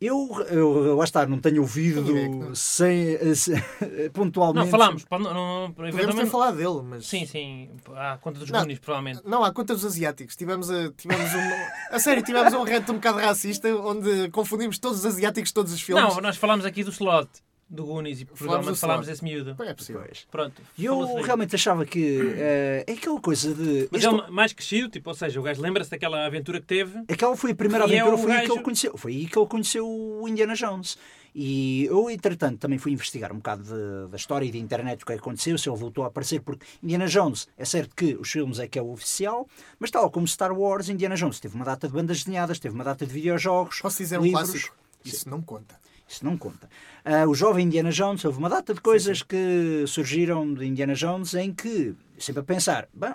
Eu, eu, lá está, não tenho ouvido
Tenho ideia é que não.
sem, eh, sem- *laughs* pontualmente.
Não, falámos. pa- Não, não,
Podemos ter
eventualmente-
falado dele, mas...
Sim, sim. À conta dos
Não.
Goonies, provavelmente.
Não, há conta dos asiáticos. Tivemos, a, tivemos um... a sério, tivemos um reto um bocado racista onde confundimos todos os asiáticos todos os filmes.
Não, nós falámos aqui do slot do Goonies e provavelmente
do
falámos
slot.
desse miúdo.
É possível.
Pois.
Pronto.
E eu
falou-se
realmente achava que eh, é aquela coisa de.
Mas
este-
ele mais crescido, tipo, ou seja, o gajo lembra-se daquela aventura que teve.
Aquela foi a primeira
E é
aventura,
um
foi, aí que
gajo-
ele conheceu, foi aí que ele conheceu o Indiana Jones. E eu, entretanto, também fui investigar um bocado de- da história e da internet, o que é que aconteceu, se ele voltou a aparecer, porque Indiana Jones, é certo que os filmes é que é o oficial, mas tal como Star Wars, Indiana Jones teve uma data de bandas desenhadas, teve uma data de videojogos,
Posso dizer um
livros,
clássico? Isso não conta.
Isso não conta. Ah, o jovem Indiana Jones, houve uma data de coisas que surgiram de Indiana Jones em que, sempre a pensar, bom,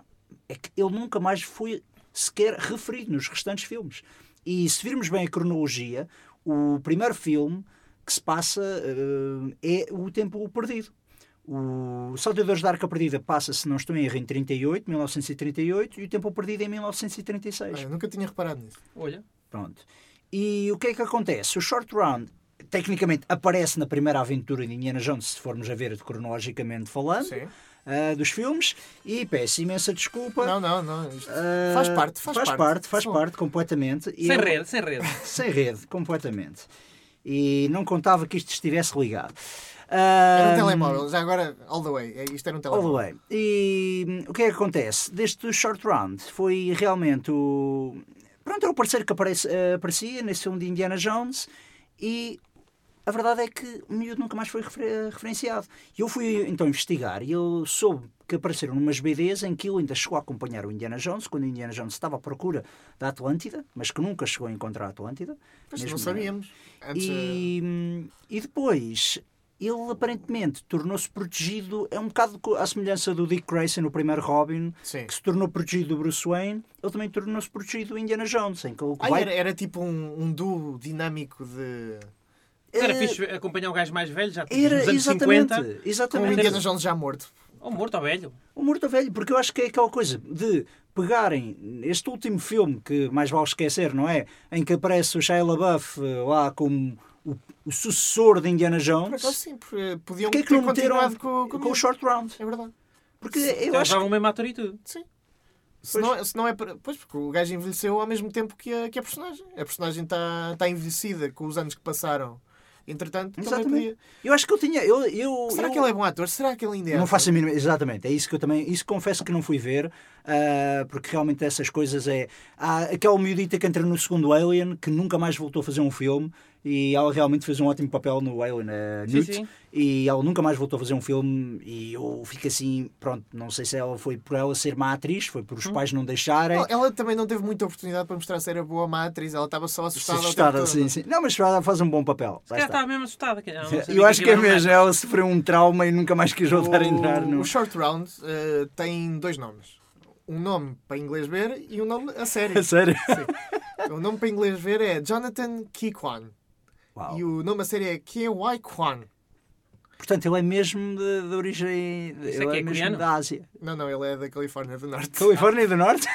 é que ele nunca mais foi sequer referido nos restantes filmes. E se virmos bem a cronologia, o primeiro filme que se passa ah, é O Tempo Perdido. O Salteadores da Arca Perdida passa, se não estou em erro, em 38, 1938, e O Tempo Perdido em 1936.
Olha, nunca tinha reparado nisso.
Olha.
Pronto. E o que é que acontece? O Short Round, tecnicamente, aparece na primeira aventura de Indiana Jones, se formos a ver cronologicamente falando,
Sim.
ah, dos filmes, e peço imensa desculpa.
Não, não, não. Isto
Ah,
Faz parte, faz,
faz
parte.
parte. Faz
São-
parte, completamente. E
Sem
eu-
rede, sem rede.
Sem rede, completamente. E não contava que isto estivesse ligado. Ah,
Era um telemóvel, já agora, all the way. É, Isto era um
All the
telemóvel.
way. E hum, o que é que acontece? Deste short round foi realmente o. Pronto, era o parceiro que aparece- eh, aparecia nesse filme de Indiana Jones e a verdade é que o miúdo nunca mais foi refer- referenciado. E eu fui então investigar e eu soube que apareceram umas BDs em que ele ainda chegou a acompanhar o Indiana Jones, quando o Indiana Jones estava à procura da Atlântida, mas que nunca chegou a encontrar a Atlântida.
Mas
Mesmo-
não sabíamos. Antes, eh,
e, hum, e depois, ele aparentemente tornou-se protegido, é um bocado co- à semelhança do Dick Grayson no primeiro Robin,
eh, Sim.
que se tornou protegido do Bruce Wayne, ele também tornou-se protegido do Indiana Jones, em que ele
Ah,
vai...
era, era tipo um, um duo dinâmico de.
Era
Eh,
fixe acompanhar um gajo mais velho, já
era-
nos anos
exatamente,
50.
com o
exatamente.
Indiana Jones já morto.
Ou morto ou velho.
O Morto Velho, porque eu acho que é aquela coisa de pegarem este último filme, que mais vale esquecer, não é? Em que aparece o Shia LaBeouf eh, lá como o, o sucessor de Indiana
Por
Jones,
acaso, sim, por- eh, podiam
porque é que
ter
não meteram
continuado com, com,
com o Short Round?
É verdade.
Porque
Então
eu
Já
acho
estavam o mesmo ator e tudo.
Se não, se não é para- Pois, porque o gajo envelheceu ao mesmo tempo que a, que a personagem. A personagem está tá envelhecida com os anos que passaram. Entretanto, também
Exatamente.
podia.
Eu acho que eu tinha. Eu, eu,
Será
eu-
que ele é bom ator? Será que ele ainda é?
Não
ator?
faço a mínima. Exatamente, é isso que eu também. Isso confesso que não fui ver, ah, porque realmente essas coisas é. Há aquela miudita que entra no segundo Alien, que nunca mais voltou a fazer um filme, e ela realmente fez um ótimo papel no Alien, a
Sim,
Newt,
sim.
e ela nunca mais voltou a fazer um filme, e eu fico assim, pronto, não sei se ela foi por ela ser má atriz, foi por os pais não deixarem.
Hum. Não, é ela também não teve muita oportunidade para mostrar se era boa ou má atriz. Ela estava só
se
assustada. o tempo
assustaram,
todo. tá
sim, sim. Não, mas faz um bom papel.
Se
lá
calhar
está.
estava mesmo assustado. que- ah, não sabia
*laughs* Eu acho que é
aquilo era um
mesmo, ela sofreu um trauma e nunca mais quis voltar a entrar
O-
no.
O Short Round eh, tem dois nomes. Um nome para inglês ver e um nome a
*laughs*
sério.
*laughs* A sério?
o nome para inglês ver é Jonathan Ki Kwan.
Uau.
E o nome a sério é K.Y. Kwan.
Portanto, ele é mesmo de, de origem. Ele
Isso é que é
mesmo
coreano?
da Ásia.
Não, não, ele é da Califórnia do Norte.
*laughs* Califórnia do Norte?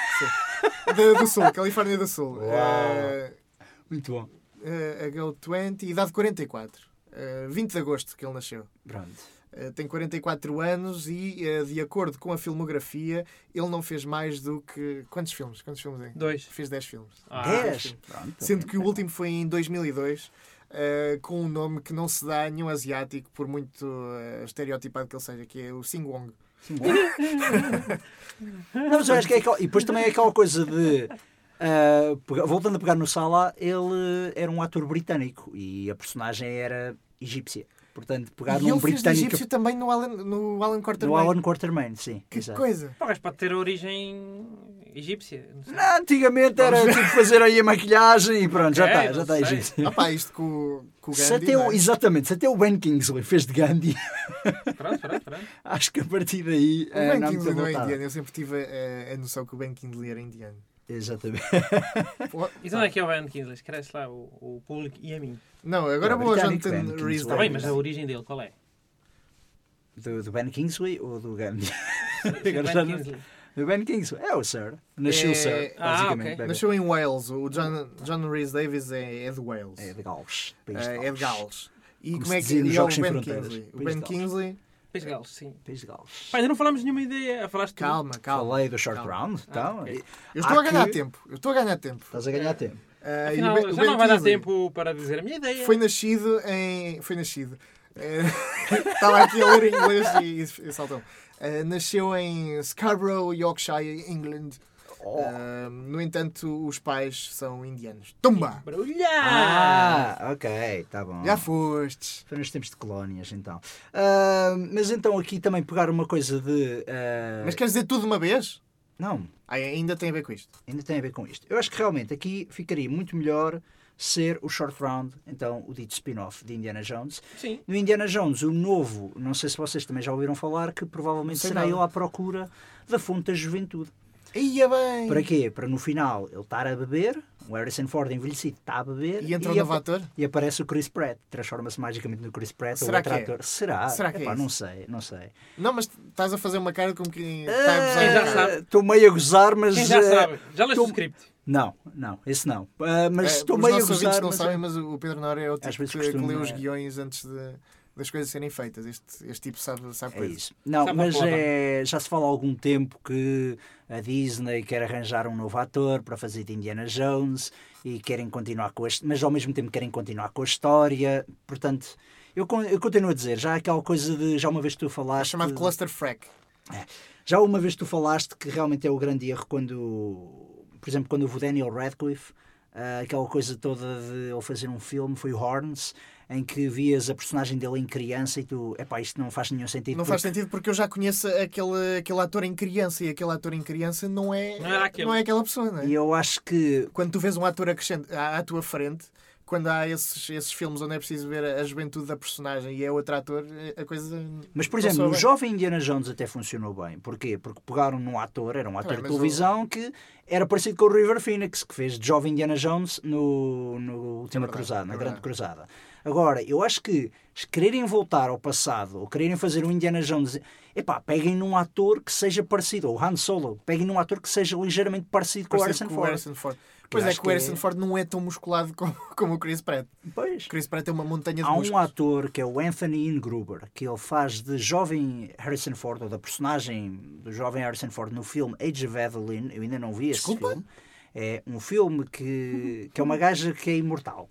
Do, do Sul, Califórnia do Sul.
Uau.
Eh,
*laughs* Muito bom.
eh, Agile 20, idade 44. Eh, 20 de agosto que ele nasceu.
Pronto.
eh, tem 44 anos e, eh, de acordo com a filmografia, ele não fez mais do que. Quantos filmes? Quantos filmes é?
Dois.
Fez 10 filmes.
Ah,
10? Pronto. tá
Sendo que o último foi em 2002, eh, com um nome que não se dá a nenhum asiático, por muito eh, estereotipado que ele seja, que é o Sing Wong.
Não, mas eu acho que é aquela... E depois também é aquela coisa de. ah, pega- voltando a pegar no Salah, ele era um ator britânico e a personagem era egípcia. Portanto, pegar
E ele
num
fez de
britânico
egípcio também no Alan, no Alan
no
Quartermain.
Alan Quartermain, sim.
Que
exato. *laughs*
coisa!
Pá, mas pode ter origem egípcia. Não sei.
Não, antigamente era tipo fazer aí a maquilhagem e pronto, já
Ok,
está,
não
já está
sei.
egípcio.
Ah pá, isto com, com o
Se
Gandhi.
até
não
o,
é?
exatamente, se até o Ben Kingsley fez de Gandhi,
Pronto, pronto, pronto.
acho que a partir daí
O
eh,
Ben
não há muita
Kingsley não é
voltada.
indiano. Eu sempre tive a, a- a noção que o Ben Kingsley era
*laughs*
indiano.
Exatamente.
Pô,
E de onde é que é o Ben Kingsley? Escreve-se lá o, o público e a mim.
Não, agora
Não,
vou a
britânico, Ben
Jonathan
Kingsley.
Rhys
Está bem, mas a
Davies.
origem dele qual é?
Do, do Ben Kingsley ou
*laughs*
do Gandhi?
Ben
Agora já não-
Kingsley.
Do Ben Kingsley. É o Sir. Nasceu
É-
o Sir,
Ah,
basicamente.
ok.
bebê.
Nasceu em Wales. O John, John Rhys Davis é, é de Wales.
É de Gales. País
Eh, É de Gales. E
Como
como,
se
é que
dizia nos
e é o
Jogos Sem
Ben
Fronteiras.
Kingsley? O
País
Ben
de Gales.
Kingsley.
País de Gales, sim.
País de Gales.
Pá, ainda não falámos nenhuma ideia. Ah, Falaste tu.
Calma, calma.
Falei do short
Calma. Ah,
round. Então, e-
Eu estou a
Há
ganhar
que-
tempo. Eu estou a ganhar tempo.
estás a ganhar tempo.
Eh, e
Afinal,
o Ben- o
já
Ben
não vai dar
Kingsley
tempo para dizer a minha ideia.
Foi nascido em. Foi nascido. Eh, *laughs* Estava aqui a ler em inglês e, e saltou. Eh, nasceu em Scarborough, Yorkshire, England.
Oh.
Eh, no entanto, os pais são indianos. Tumba!
Barulhar!
Ah, ok, está bom.
Já fostes!
Foi nos tempos de colónias, então. Ah, mas então aqui também pegar uma coisa de. ah,
Mas queres dizer tudo de uma vez?
Não,
Ah, ainda tem a ver com isto.
ainda tem a ver com isto. Eu acho que realmente aqui ficaria muito melhor ser o short round, então o dito spin-off de Indiana Jones.
Sim.
No Indiana Jones, o novo, não sei se vocês também já ouviram falar, que provavelmente
Sei
será
nada.
ele à procura da fonte da juventude.
Ia bem!
Para quê? Para no final ele estar a beber, o Harrison Ford envelhecido está a beber
E entra o novo
apa-
ator?
e aparece o Chris Pratt, transforma-se magicamente no Chris Pratt
Será
ou outro
que é?
ator. Será?
Será que é
Epá,
isso?
não sei, não sei. Eh,
Não, mas estás a fazer uma cara como que.
Quem
Ah,
já
Estás tá a
sabe.
Estou meio a gozar, mas.
Quem já
eh,
sabe. Já leste
tu-
o script.
Não, não, esse não. Ah, mas
Eh, Os
estou meio a
nossos ouvintes
gozar.
não
mas-
sabem, mas o Pedro Nora é o tipo
vezes
que, que
costuma-
lê os guiões antes de- das coisas serem feitas. Este, este tipo sabe, sabe
É
coisas.
isso. Não,
Sabe
mas
uma
é, já se fala há algum tempo que a Disney quer arranjar um novo ator para fazer de Indiana Jones e querem continuar com a, his- mas ao mesmo tempo querem continuar com a história. Portanto, eu, con- eu continuo a dizer, já há aquela coisa de já uma vez tu
É
falaste.
chamado Cluster Frack.
Já uma vez tu falaste que realmente é o grande erro quando, por exemplo, quando houve o Daniel Radcliffe, ah, aquela coisa toda de ele fazer um filme, foi o Horns, em que vias a personagem dele em criança e tu, epá, isto não faz nenhum sentido.
Não faz
porque
sentido porque eu já conheço aquele, aquele ator em criança e aquele ator em criança não é,
Não era aquele.
não é aquela pessoa, não é?
E eu acho que
Quando tu vês um ator a crescen- à, à tua frente, quando há esses, esses filmes onde é preciso ver a, a juventude da personagem e é outro ator, a coisa.
Mas, por
não
exemplo,
soa
o
bem.
jovem Indiana Jones até funcionou bem. Porquê? Porque pegaram num ator, era um ator
Tá bem,
de
mas
televisão que era parecido com o River Phoenix, que fez de jovem Indiana Jones no, no Última
verdade,
Cruzada, na
é
Grande
verdade.
Cruzada. Agora, eu acho que se quererem voltar ao passado, ou quererem fazer um Indiana Jones, epá, peguem num ator que seja parecido, ou Han Solo, peguem num ator que seja ligeiramente parecido com o
parecido
Harrison
com o
Ford.
Harrison Ford. Pois é
acho
que o
que é-
Harrison Ford não é tão musculado *laughs* como, como o Chris Pratt.
Pois.
O Chris Pratt é uma montanha de
Há um
músculos.
ator que é o Anthony Ingruber, que ele faz de jovem Harrison Ford, ou da personagem do jovem Harrison Ford no filme Age of Evelyn. Eu ainda não vi esse
Desculpa?
filme. É um filme que, que é uma gaja que é imortal,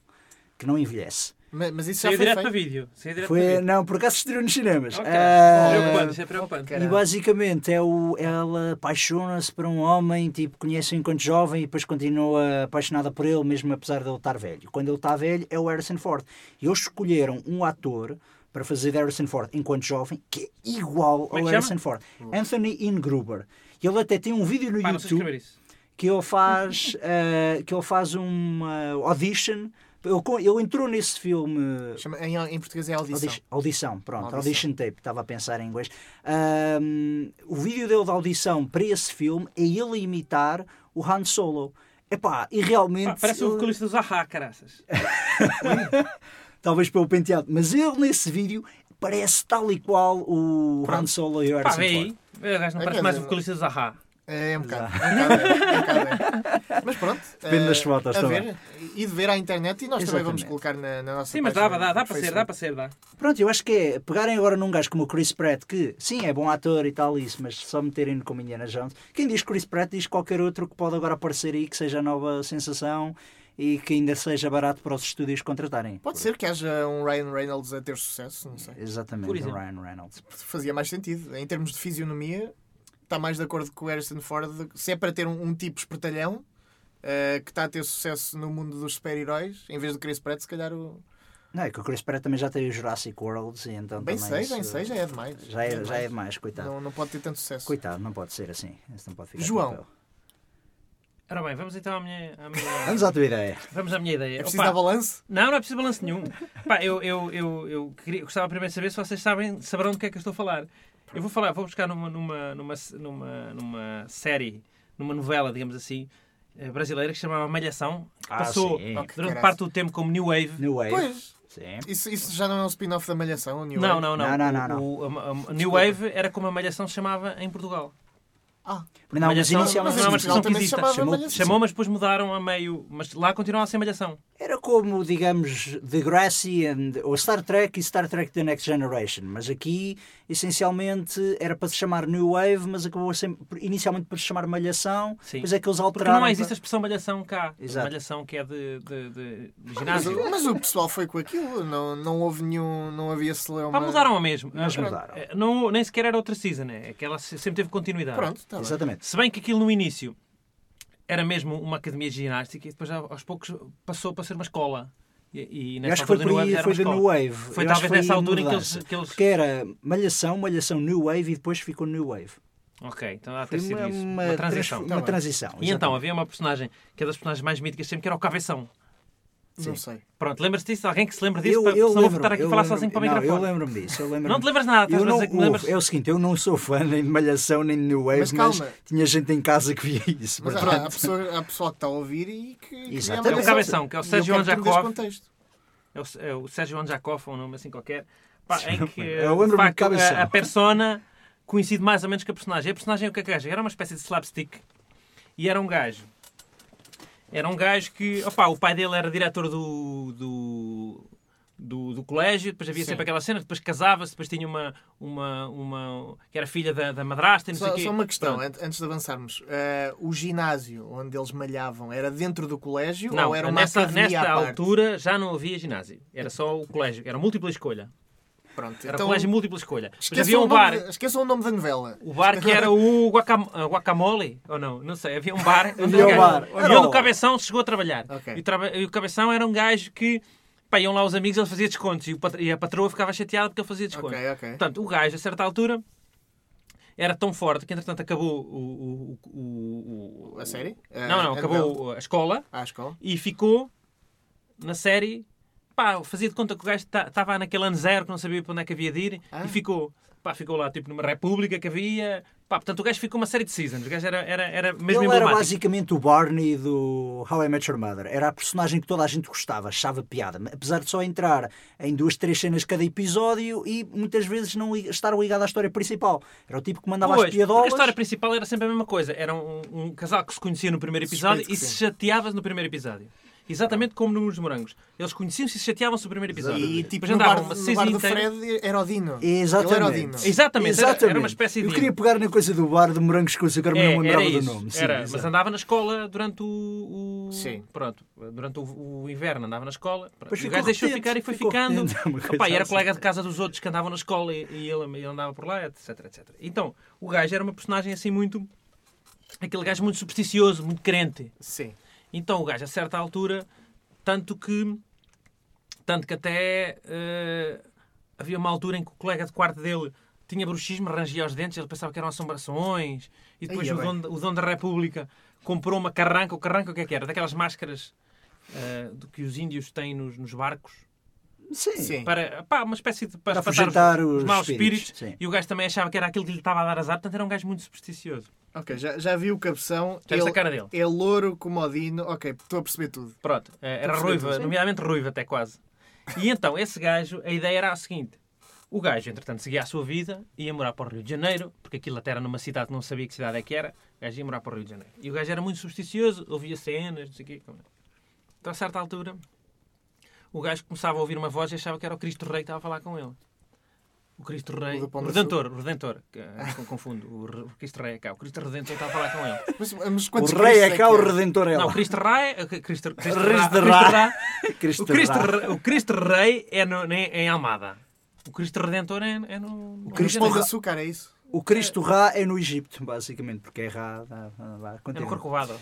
que não envelhece.
Mas, mas isso já
Saiu
foi
direto
feito.
para vídeo. Saiu direto para
Foi,
vídeo.
não, por acaso estreou nos cinemas.
Ok.
Ah,
Preocupante, isso é preocupante.
e basicamente é o, ela apaixona-se por um homem, tipo, conhece-o enquanto jovem e depois continua apaixonada por ele, mesmo apesar de ele estar velho. Quando ele está velho, é o Harrison Ford. E eles escolheram um ator para fazer de Harrison Ford enquanto jovem, que é igual
é
ao
que
Harrison Ford. Anthony Ingruber. E ele até tem um vídeo no
Pá, não sei
YouTube
escrever isso.
que ele faz *laughs* eh, que ele faz uma audition. Ele, co- ele entrou nesse filme
Chama- Em, em português é audição.
Audi- Audição, pronto,
Audição.
audition tape, estava a pensar em inglês. Ahm, o vídeo dele da audição para esse filme é ele a imitar o Han Solo. Epá, e realmente. eh,
Pá, parece o
ele-
vocalista dos Ahá, caraças.
Talvez pelo penteado, mas ele nesse vídeo parece tal e qual o Han
Pronto.
Solo e o
Pá,
Harrison
vê
Ford.
aí. O gajo não
É,
parece
quer
mais o
dizer-
vocalista dos Ahá.
*laughs*
É um bocado. É um bocado, é, é um bocado é. Mas pronto.
Depende das fotos
a
também.
ver, e de ver à internet e nós também vamos
Exatamente.
colocar na, na nossa
Sim, mas dá,
página
dá, dá
do
para ser,
Facebook.
dá para ser, dá.
Pronto, eu acho que é pegarem agora num gajo como o Chris Pratt, que sim, é bom ator e tal, isso, mas só meterem no como Indiana Jones. Quem diz Chris Pratt diz qualquer outro que pode agora aparecer aí, que seja a nova sensação e que ainda seja barato para os estúdios contratarem.
Pode ser que haja um Ryan Reynolds a ter sucesso, não sei.
Exatamente,
Por
o
exemplo.
Ryan Reynolds.
Fazia mais sentido. Em termos de fisionomia, está mais de acordo com o Harrison Ford. Se é para ter um, um tipo espertalhão eh, que está a ter sucesso no mundo dos super-heróis, em vez do Chris Pratt, se calhar o.
Não, é que o Chris Pratt também já tem o Jurassic Worlds e então
Bem
também...
sei, bem
isso-
sei, já é demais.
Já é, já é demais, coitado.
Não, não pode ter tanto sucesso.
Coitado, não pode ser assim. Isso não pode ficar
João.
com o papel.
Ora bem, vamos então à minha, à minha-
Vamos à tua ideia.
vamos à minha ideia.
É preciso
Opa,
dar balanço?
Não, não é preciso balanço nenhum. Pá, eu, eu, eu, eu queria- gostava primeiro de saber se vocês sabem, saberão do que é que eu estou a falar. Eu vou falar, vou buscar numa, numa, numa, numa, numa série, numa novela, digamos assim, eh, brasileira que se chamava Malhação, que
Ah,
passou
sim.
durante
Caraças.
parte do tempo como New Wave.
New Wave.
Pois.
Sim.
Isso, isso já não é um spin-off da Malhação, é? o New
Não,
Wave?
não, não.
Não, não, não, não.
O- o- a- a- a New Wave era como a Malhação se chamava em Portugal.
Ah,
Não, mas
Malhação-
inicialmente
em
Não, é uma
Portugal
expressão que
também se
existe.
chamava
Chamou-
Malhação.
Chamou, mas depois mudaram a meio. Mas lá continuava a ser Malhação.
Era como, digamos, The Grassy and, ou Star Trek e Star Trek The Next Generation. Mas aqui, essencialmente, era para se chamar New Wave, mas acabou sempre, inicialmente por se chamar Malhação.
Sim.
Pois é que eles
Porque
alteraram.
não existe a expressão Malhação cá.
Exato.
Malhação que é de, de- de- de
Mas,
ginásio.
o- mas o pessoal foi com aquilo, não, não houve nenhum. Não havia celeuma.
Pá, Ah, mudaram ao mesmo.
Mas
Ah,
mudaram.
eh, Não, nem sequer era outra season, é aquela se- sempre teve continuidade.
Pronto, está bem.
Exatamente.
Se bem que aquilo no início era mesmo uma academia de ginástica e depois ao- aos poucos passou para ser uma escola. E, e
Eu
nessa
acho que foi
altura
por
New Wave
aí,
era
foi
uma
da
escola.
New Wave.
Foi
Eu acho
talvez nessa
aí a
altura em que eles.
mudança.
que eles-
Porque era Malhação, Malhação New Wave e depois ficou New Wave.
Ok, então há de
Foi
ter sido
uma,
isso.
uma
Uma transição.
trans-
Tá
uma
bem.
transição,
E então
exatamente.
havia uma personagem que é das personagens mais míticas sempre que era o Cabeção.
Não sei.
Pronto, lembras-te disso? Alguém que se lembra disso?
Eu,
para,
eu
senão vou
lembro,
estar aqui a
eu
falar
lembro-
sozinho para o
não,
microfone.
Eu lembro-me disso. Eu lembro
Não te lembras nada, estás
eu
a
não,
dizer que lembras.
É o seguinte, eu não sou fã nem de Malhação nem de New Wave,
Mas
mas,
calma.
tinha gente em casa que via isso.
Mas há,
portanto.
há, pessoa, há pessoal que está a ouvir e que. que
Exatamente.
nem
É o
Malhação.
Cabeção, que
E
é o
eu
Sérgio
quero que tu me dês
Anjakov.
contexto.
É o, é o Sérgio Anjakov, ou um nome assim qualquer, pá, em que
Eu lembro-me
de facto,
de cabeção.
a, a persona coincide mais ou menos com a personagem. A personagem o que é que era? Era uma espécie de slapstick e era um gajo. Era um gajo que, opá, o pai dele era diretor do, do, do, do colégio, depois havia
Sim.
sempre aquela cena, depois casava-se, depois tinha uma, uma, uma que era filha da, da madrasta e não sei
Só,
o quê.
só uma questão,
Pronto.
an- antes de avançarmos. Eh, o ginásio onde eles malhavam era dentro do colégio
Não,
é- ou era uma
nessa,
academia à
nesta
parte?
altura já não havia ginásio, era só o colégio, era múltipla escolha.
Pronto,
Era
então,
colégio múltipla escolha. Depois
esqueçam
havia
o
um
nome
bar.
da- esqueçam o nome da novela.
O bar
*laughs*
que era o guacam- ah, guacamole, ou não? Não sei, havia um bar. onde
Havia um
os
bar.
gajos- E onde o Cabeção chegou a trabalhar.
Ok.
E, o traba- e o Cabeção era um gajo que... Pá, iam lá os amigos, ele fazia descontos. E, o pat- e a patroa ficava chateada porque ele fazia descontos.
Ok, ok.
Portanto, o gajo, a certa altura, era tão forte que, entretanto, acabou o... o- o- o-
A série? É
Não, não, acabou a escola
À escola?
e ficou na série. Pá, fazia de conta que o gajo estava naquele ano zero que não sabia para onde é que havia de ir
Ah.
e ficou, pá, ficou lá tipo numa república que havia. Pá, portanto o gajo ficou uma série de seasons. O gajo era, era, era mesmo
Ele era
emblemático.
basicamente o Barney do How I Met Your Mother. Era a personagem que toda a gente gostava, achava piada. Apesar de só entrar em duas, três cenas cada episódio e muitas vezes não li- estar ligado à história principal. Era o tipo que mandava
Pois,
as
porque a
piadolas.
história principal era sempre a mesma coisa. Era um, um casal que se conhecia no primeiro episódio
Suspeito que
e se chateava no primeiro episódio. Exatamente como nos morangos. Eles conheciam-se e se chateavam-se no primeiro episódio.
E tipo,
Depois
no
andavam
bar,
uma
no
season
bar do
inteira-
Fred era o Dino.
Exatamente.
Ele era o Dino.
Exatamente, era- era uma espécie
Eu
de-
queria pegar na coisa do bar de morangos que eu agora
É,
não me lembrava
era
do
isso,
nome.
era,
Sim,
mas
exato.
andava na escola durante o. o-
Sim.
Pronto, durante o, o inverno andava na escola. Pronto,
Pois
e o
ficou
gajo deixou
repetente,
ficar e foi
ficou
ficando.
repetente, uma coisa
Opa, e era
assim.
colega de casa dos outros que andavam na escola e, e ele, ele andava por lá, etc, etc. Então, o gajo era uma personagem assim muito. aquele gajo muito supersticioso, muito crente.
Sim.
Então o gajo, a certa altura, tanto que. Tanto que até eh, havia uma altura em que o colega de quarto dele tinha bruxismo, rangia os dentes, ele pensava que eram assombrações. E depois
Ia
o,
bem.
dono, o dono da República comprou uma carranca. O carranca o que é que era? Daquelas máscaras eh, do que os índios têm nos, nos barcos.
Sim.
Sim.
Para, pá, uma espécie de. Para,
Para
espantar
afugentar
os,
os
maus
espíritos,
espíritos.
sim.
E o gajo também achava que era aquilo que lhe estava a dar azar. Portanto, era um gajo muito supersticioso.
Ok, já, já vi o cabeção.
Já viste a cara dele?
É louro como o Dino. Ok, estou a perceber tudo.
Pronto, eh,
Estou a
era
perceber
ruiva,
tudo, sim.
nomeadamente ruiva até quase. E então, esse gajo, a ideia era a seguinte. O gajo, entretanto, seguia a sua vida, ia morar para o Rio de Janeiro, porque aquilo até era numa cidade que não sabia que cidade é que era, o gajo ia morar para o Rio de Janeiro. E o gajo era muito supersticioso, ouvia cenas, não sei o quê. como é. Então, a certa altura, o gajo começava a ouvir uma voz e achava que era o Cristo Rei que estava a falar com ele. O Cristo Rei.
do Pão
O
de
Redentor, o Redentor. que, eh, con- Confundo. O re- o Cristo Rei é cá. O Cristo Redentor está a falar com ele.
Mas, mas
O
quantos
rei
Cristos
é cá,
que
o
há?
redentor é
Não, o
lá.
Cristo Rei. eh, Cristo, Cristo, Ra-
Cristo
Cristo
Ra.
Ra.
Cristo
O Cristo,
Ra.
Re- o Cristo Rei é no, em, em Almada. O Cristo Redentor é, é no.
O Cristo
no
Pão de Açúcar, é isso?
O Cristo Ra é no Egito, basicamente, porque é Ra. dá- dá- dá-
É no
continua.
Corcovado.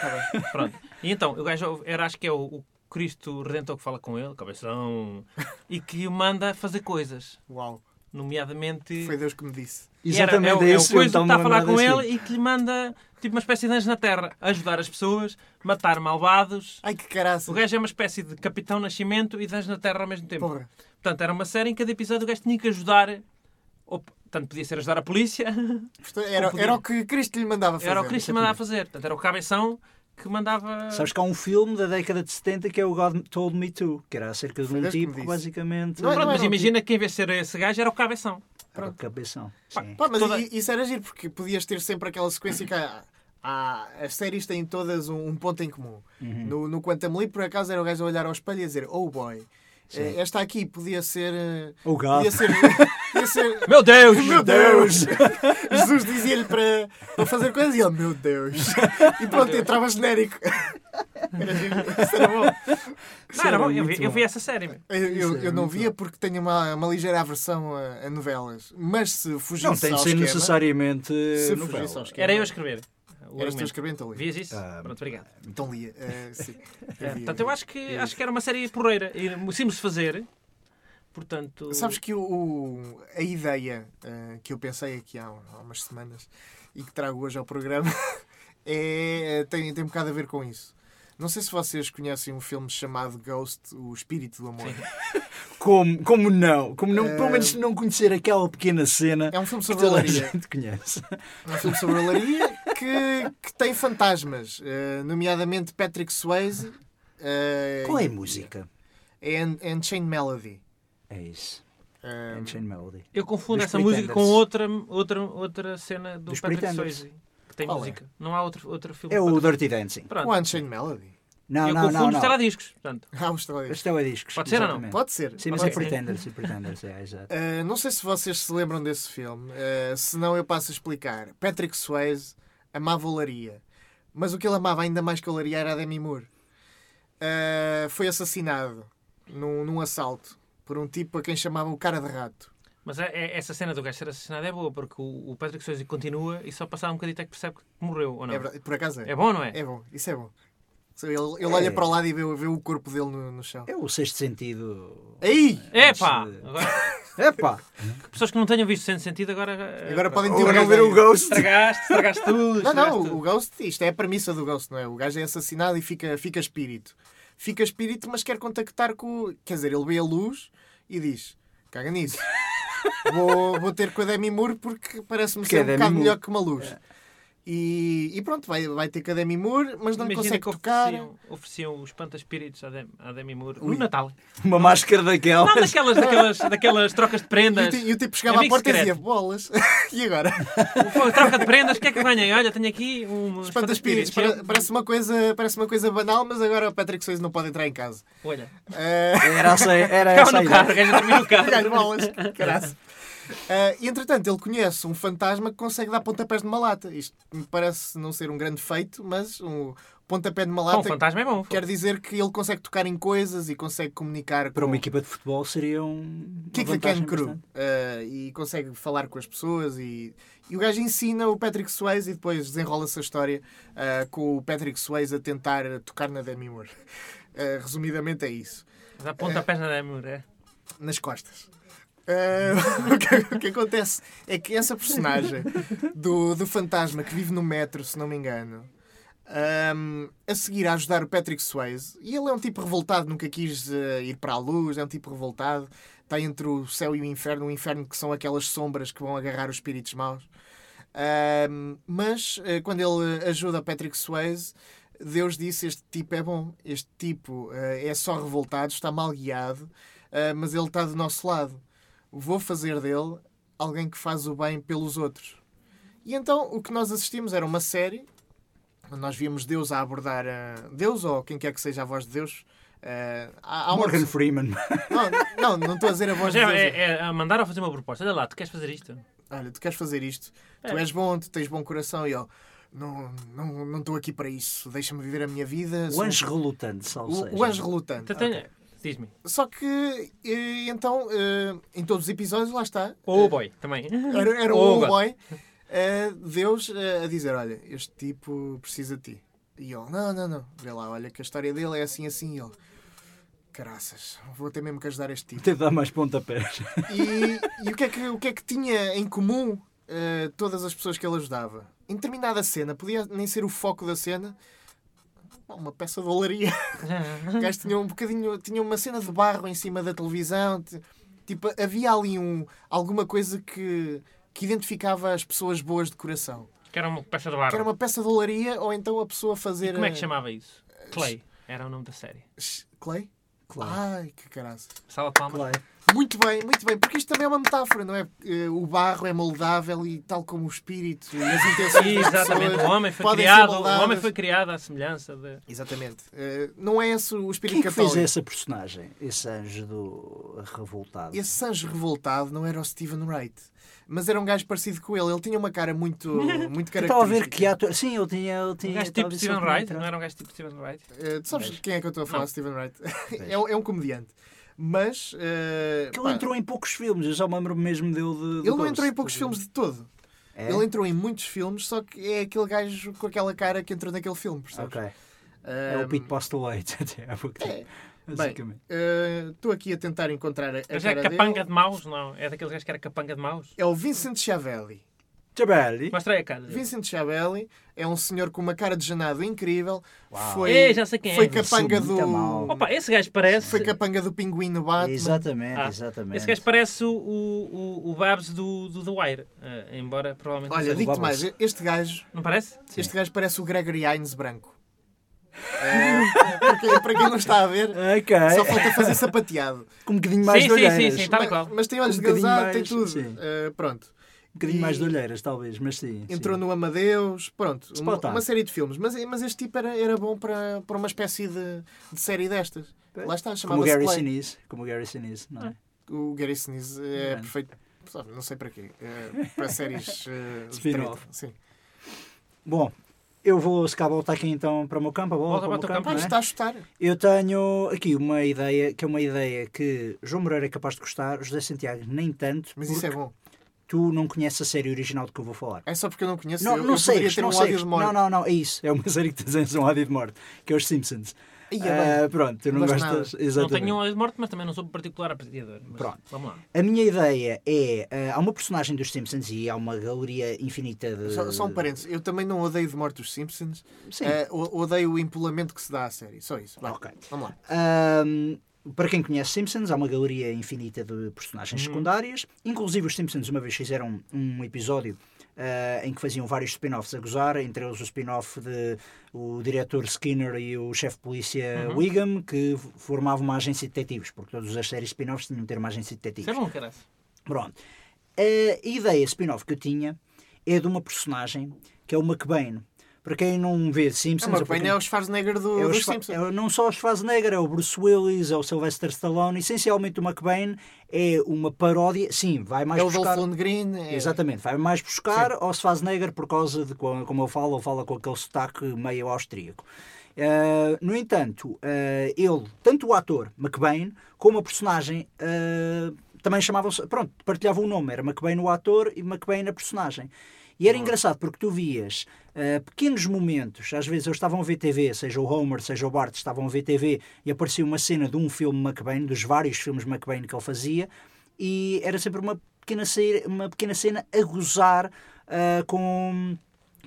Tá bem. Pronto. E então, o gajo era, acho que é o, o Cristo Redentor que fala com ele, cabeção, e que o manda fazer coisas.
Uau,
Nomeadamente.
foi Deus que me disse.
Exatamente,
era, é, o-
é,
é o
isso.
coisa
então,
que está a falar com
desse
ele e que lhe manda tipo uma espécie de anjo na terra. Ajudar as pessoas, matar malvados.
Ai que caraças.
O gajo é uma espécie de capitão nascimento e de anjo na terra ao mesmo tempo.
Porra.
Portanto, era uma série em que cada episódio o gajo tinha que ajudar. Ou, portanto, podia ser ajudar a polícia, *laughs*
Portanto, Era,
podia-
era o que Cristo lhe mandava fazer.
era o Cristo que mandava fazer. Portanto, era o cabeção que mandava.
Sabes que há um filme da década de 70 que é o God Told Me To, que era acerca de
Foi
um
Deus que
tipo
me
que,
disse.
basicamente
Não,
Pronto,
não,
mas
não.
imagina que em vez de ser esse gajo era o cabeção.
era o cabeção. Sim.
Pá, mas
Toda-
i- isso era giro, porque podias ter sempre aquela sequência que há, há- as séries têm todas um, um ponto em comum. No, no Quantum Leap, por acaso, era o gajo a olhar ao espelho e a dizer, oh boy. Eh, Esta aqui podia ser. eh,
O gato.
Podia ser. podia ser-
Meu Deus!
*laughs* Meu Deus! *laughs* Jesus dizia-lhe para, para fazer coisas e ele, meu Deus! *laughs* E pronto, entrava genérico. Era giro, isso era bom.
Não, era bom, eu,
muito
vi, eu vi essa série. meu.
Eu, eu,
Isso é
eu não
muito
via porque tenho uma, uma ligeira aversão a, a novelas. Mas se fugisse
é, Não tem
ao
de ser
esquema,
necessariamente
Se
novela.
fugisse ao esquema.
Era eu a escrever. O
Eras tu a
argumento.
escrever, então lia.
Vias isso?
Ah,
Pronto, obrigado.
Então lia. eh,
*laughs*
sim.
É,
via,
portanto, eu
via.
acho que, acho que era uma série porreira. E Simples de fazer. Portanto.
Sabes que o, o- a ideia eh, que eu pensei aqui há, há umas semanas e que trago hoje ao programa *laughs* é, tem, tem um bocado a ver com isso. Não sei se vocês conhecem um filme chamado Ghost, O Espírito do Amor.
Como, como não? Como não? Pelo
Eh,
menos não conhecer aquela pequena cena
É um filme
*laughs* que
sobre a
toda a
olaria.
gente conhece.
É um filme sobre a olaria que, que tem fantasmas, eh, nomeadamente Patrick Swayze. eh,
*laughs* Qual é a música?
É An- Unchained Melody.
É isso.
Eh,
Unchained Melody.
Eu confundo
Dos
essa música com
Pretenders.
outra, outra, outra cena do
Dos
Patrick
Pretenders.
Swayze. Que tem
Qual é?
música. Não há outro, outro filme.
É
com
o
Patrick-
Dirty Dancing.
Pronto.
o Unchained Melody. *laughs*
Não,
eu
não,
confundo
não.
os
não.
teladiscos. Portanto,
Ah, os telediscos.
Este é o disco.
Pode ser ou não?
Pode ser.
Sim, mas
Ok.
é Pretenders. É Pretenders, é, exato.
Uh, não sei se vocês se lembram desse filme, uh, se não eu passo a explicar. Patrick Swayze amava olaria, mas o que ele amava ainda mais que olaria era a Demi Moore. Uh, foi assassinado num, num assalto por um tipo a quem chamavam o cara de rato.
mas é- é- essa cena do gajo ser assassinado é boa, porque o, o Patrick Swayze continua e só passar um bocadinho até que percebe que morreu, ou não?
É verdade- por acaso é?
É bom, não é?
É bom, isso é bom. So, Ele, ele olha
É.
para o lado e vê, vê o corpo dele no, no chão.
É o sexto sentido.
Aí!
Epá!
Mas, eh,
Agora,
Epá!
pessoas que não tenham visto Sendo Sentido agora...
Agora
pronto.
podem
Ou
ter
não
uma
ver o
ideia.
Ghost.
Estragaste, estragaste tudo.
Não,
estragaste
não,
tudo.
o Ghost, isto é a premissa do Ghost, não é? O gajo é assassinado e fica, fica espírito. Fica espírito, mas quer contactar com. o- Quer dizer, ele vê a luz e diz: caga nisso. Vou, vou ter com a Demi Moore porque parece-me
Porque
ser
é
um
Demi
bocado
Moore.
melhor que uma luz. E, e pronto, vai, vai ter com a Demi Moore, mas não lhe consegue
Imagina que
tocar.
ofereciam, ofereciam os espíritos à Demi, à Demi Moore
Ui.
no Natal.
Uma máscara daquela.
Não, daquelas, daquelas, daquelas trocas
E
de
o,
prendas.
ti- e o tipo chegava à
Amigo
porta e
É secreto.
dizia: bolas. *laughs* e agora?
Pô, Troca de prendas, o que é que ganhei? Olha, tenho aqui um
Espanta-espíritos. Pare- Parece uma, coisa, parece uma coisa banal, mas agora o Patrick Swayze não pode entrar em casa.
Olha,
Ah,
Era essa, era *laughs*
carro
essa a
no
*laughs*
carro, gajo a dormir no
ideia.
Olhar
carro.
bolas, caraças. Ah, e entretanto, ele conhece um fantasma que consegue dar pontapés numa lata. Isto me parece não ser um grande feito, mas um pontapé numa
Bom, o
lata
fantasma é bom.
quer dizer que ele consegue tocar em coisas e consegue comunicar
Para
com
uma equipa de futebol seria um.
Kick
uma
the Can
vantagem
Crew.
bastante.
Ah, e consegue falar com as pessoas. E, e o gajo ensina o Patrick Swayze e depois desenrola-se a história ah, com o Patrick Swayze a tentar tocar na Demi Moore. Ah, resumidamente é isso.
Dá pontapés na Demi Moore, é.
nas costas. Ah, *laughs* o, que, o que acontece é que essa personagem do, do fantasma que vive no metro, se não me engano, ahm, a seguir a ajudar o Patrick Swayze, e ele é um tipo revoltado, nunca quis eh, ir para a luz, é um tipo revoltado, está entre o céu e o inferno, o inferno que são aquelas sombras que vão agarrar os espíritos maus. Ahm, mas eh, quando ele ajuda o Patrick Swayze, Deus disse: Este tipo é bom, este tipo eh, é só revoltado, está mal guiado, eh, mas ele está do nosso lado. Vou fazer dele alguém que faz o bem pelos outros. E então o que nós assistimos era uma série nós víamos Deus a abordar ah, Deus ou quem quer que seja a voz de Deus. ah, há, há uma
Morgan Freeman.
Não, não, não estou a dizer a voz
Mas
de
é,
Deus.
é, é a mandar a fazer uma proposta. Olha lá, tu queres fazer isto?
Olha, tu queres fazer isto,
É.
tu és bom, tu tens bom coração e eu não estou não, não estou aqui para isso, deixa-me viver a minha vida.
O
sou-
anjo relutante, só
o-
seja.
o anjo relutante.
Então, tenho- Diz-me.
Só que, eh, então, eh, em todos os episódios, lá está. Eh,
Ou o boy também.
Era, era
Ou
o
God.
boy. eh, Deus eh, a dizer, olha, este tipo precisa de ti. E ele, não, não, não. Vê lá, olha que a história dele é assim, assim. E ele, caraças, vou ter mesmo que ajudar este tipo.
Teve dar mais pontapés.
E, e o, que é que, o que é que tinha em comum eh, todas as pessoas que ele ajudava? Em determinada cena, podia nem ser o foco da cena, uma peça de
*laughs*
olaria. O gajo tinha um bocadinho, tinha uma cena de barro em cima da televisão. ti- Tipo, havia ali um, alguma coisa que, que identificava as pessoas boas de coração.
Que era uma peça de
Que era
barro.
uma peça de olaria ou então a pessoa fazer.
Como é que
eh,
chamava isso? Clay. Era o nome da série.
sh- Clay?
*laughs* Claro.
Ai, que caraças.
Sala
Ah,
de palmas.
claro.
Muito bem, muito bem, porque isto também é uma metáfora, não é? Eh, O barro é moldável e tal como o espírito e as intenções das
Exatamente.
pessoas
O homem foi
podem ser
criado. O
moldadas.
homem foi criado à semelhança de.
Exatamente. Eh, Não é esse o espírito
Quem que fez
católico.
essa personagem? Esse anjo do revoltado.
Esse anjo revoltado não era o Steven Wright, mas era um gajo parecido com ele. Ele tinha uma cara muito, muito
*laughs* Eu
característica.
Estava a ver que ator. Sim, eu tinha. Eu tinha
Um gajo
estava
tipo
a ver
Steven
sempre
Wright.
na
Não
internet.
era um gajo tipo Steven Wright?
Eh, tu sabes de quem é que eu estou a falar,
Não.
Steven Wright? *laughs*
Vejo.
É, um- é um comediante. Mas. eh,
Que
pá,
ele entrou em poucos filmes, eu já me lembro mesmo dele de. É?
ele não entrou em poucos filmes de todo. Ele entrou em muitos filmes, só que é aquele gajo com aquela cara que entrou naquele filme, percebes?
Ok.
Eh,
É
Ehm,
o Pete Postlewaite, *laughs* até há
É.
pouco tempo. Basicamente.
eh, Estou aqui a tentar encontrar a, a
Mas é
cara
capanga
dele.
de maus, não? É daqueles gajos que era capanga de maus?
É o Vincent Chiavelli.
Jabali.
Mostra aí a cara. dele.
Vincent Chiavelli é um senhor com uma cara de janado incrível. Foi,
Ei, já sei quem
foi
é.
capanga
Isso é muito mau.
do.
Opa, esse gajo parece.
Foi capanga do pinguim no Batman.
Exatamente,
Ah,
exatamente.
Esse gajo parece o, o, o- o Babs do, do The Wire. eh, embora provavelmente.
Olha,
não, seja.
digo-te
Bubbles.
mais, este gajo,
não parece?
este gajo parece o Gregory Hines branco. É, para, quem, para quem não está a ver,
Ok.
só falta fazer sapateado.
Com um bocadinho mais
Sim,
de
sim, sim,
olheiras.
sim, tá. Tal
Mas,
e qual.
mas tem olhos
Um
de
bocadinho
gazar, tem
mais,
tudo.
sim.
Eh, pronto.
Um bocadinho
E-
mais de olheiras, talvez, mas sim.
Entrou
sim.
no Amadeus, pronto, uma,
Espetáculo.
uma série de filmes. Mas, mas este tipo era, era bom para, para uma espécie de, de série destas. Lá está,
Como o
chamava-se
Gary
Play.
Sinise. Como o Gary Sinise, não
Ah.
é?
O Gary Sinise é
Mano.
perfeito. sabe, Não sei para quê. eh, para séries.
*laughs*
eh, de treta,
Spin-off.
Sim.
Bom, eu vou se calhar voltar aqui então para o meu campo. a bola
Volta
para
para
o meu
o teu
campo,
Ah,
não
isto
é?
está a chutar.
Eu tenho aqui uma ideia, que é uma ideia que João Moreira é capaz de gostar, José Santiago nem tanto,
Mas
porque
isso é bom.
tu não conheces a série original de que eu vou falar.
É só porque eu não conheço.
Não,
eu,
não
eu
sei,
poderia ter
não
um
sei.
ódio de morte.
Não, não, não, é isso. É uma *laughs* série que tens um ódio de morte, que é os Simpsons.
Ia
Ah, pronto, tu não,
Não gosto
gostas.
Não
Exatamente.
tenho um de morte, mas também não sou particular apreciador. Mas
Pronto.
Vamos lá.
A minha ideia é. ah, há uma personagem dos Simpsons e há uma galeria infinita de.
Só, só um parênteses. Eu também não odeio de morte os Simpsons.
Sim.
Eh, o- odeio o empolamento que se dá à série. Só isso. Vai.
Ok.
Vamos lá.
Ahm, para quem conhece Simpsons, há uma galeria infinita de personagens
Uhum.
secundárias. Inclusive, os Simpsons uma vez fizeram um episódio ah, em que faziam vários spin-offs a gozar, entre eles o spin-off de o diretor Skinner e o chefe de polícia
Uhum.
Wiggum, que f- formavam uma agência de detetives, porque todas as séries spin-offs tinham de ter uma agência de detetives.
Isso é bom, caralho.
Pronto. A ideia spin-off que eu tinha é de uma personagem que é o McBain. Para quem não vê
É
Simpsons,
uma
ou para
apanha
quem-
é o Schwarzenegger do,
é o
dos
Schwa-
Simpsons.
é o- não só o Schwarzenegger, é o Bruce Willis, é o Sylvester Stallone. Essencialmente, o McBain é uma paródia. Sim, vai mais
É o Dolph
buscar.
Lundgren. É...
Exatamente, vai mais buscar ao Schwarzenegger por causa de co- como ele fala, ele fala com aquele sotaque meio austríaco. Ah, no entanto, ah, ele, tanto o ator McBain como a personagem ah, também chamavam-se, pronto, partilhavam o nome, era McBain o ator e McBain a personagem. E era engraçado porque tu vias ah, pequenos momentos, às vezes eles estavam a ver TV, seja o Homer, seja o Bart, estavam a ver TV e aparecia uma cena de um filme McBain, dos vários filmes McBain que ele fazia, e era sempre uma pequena, ce- uma pequena cena a gozar ah, com,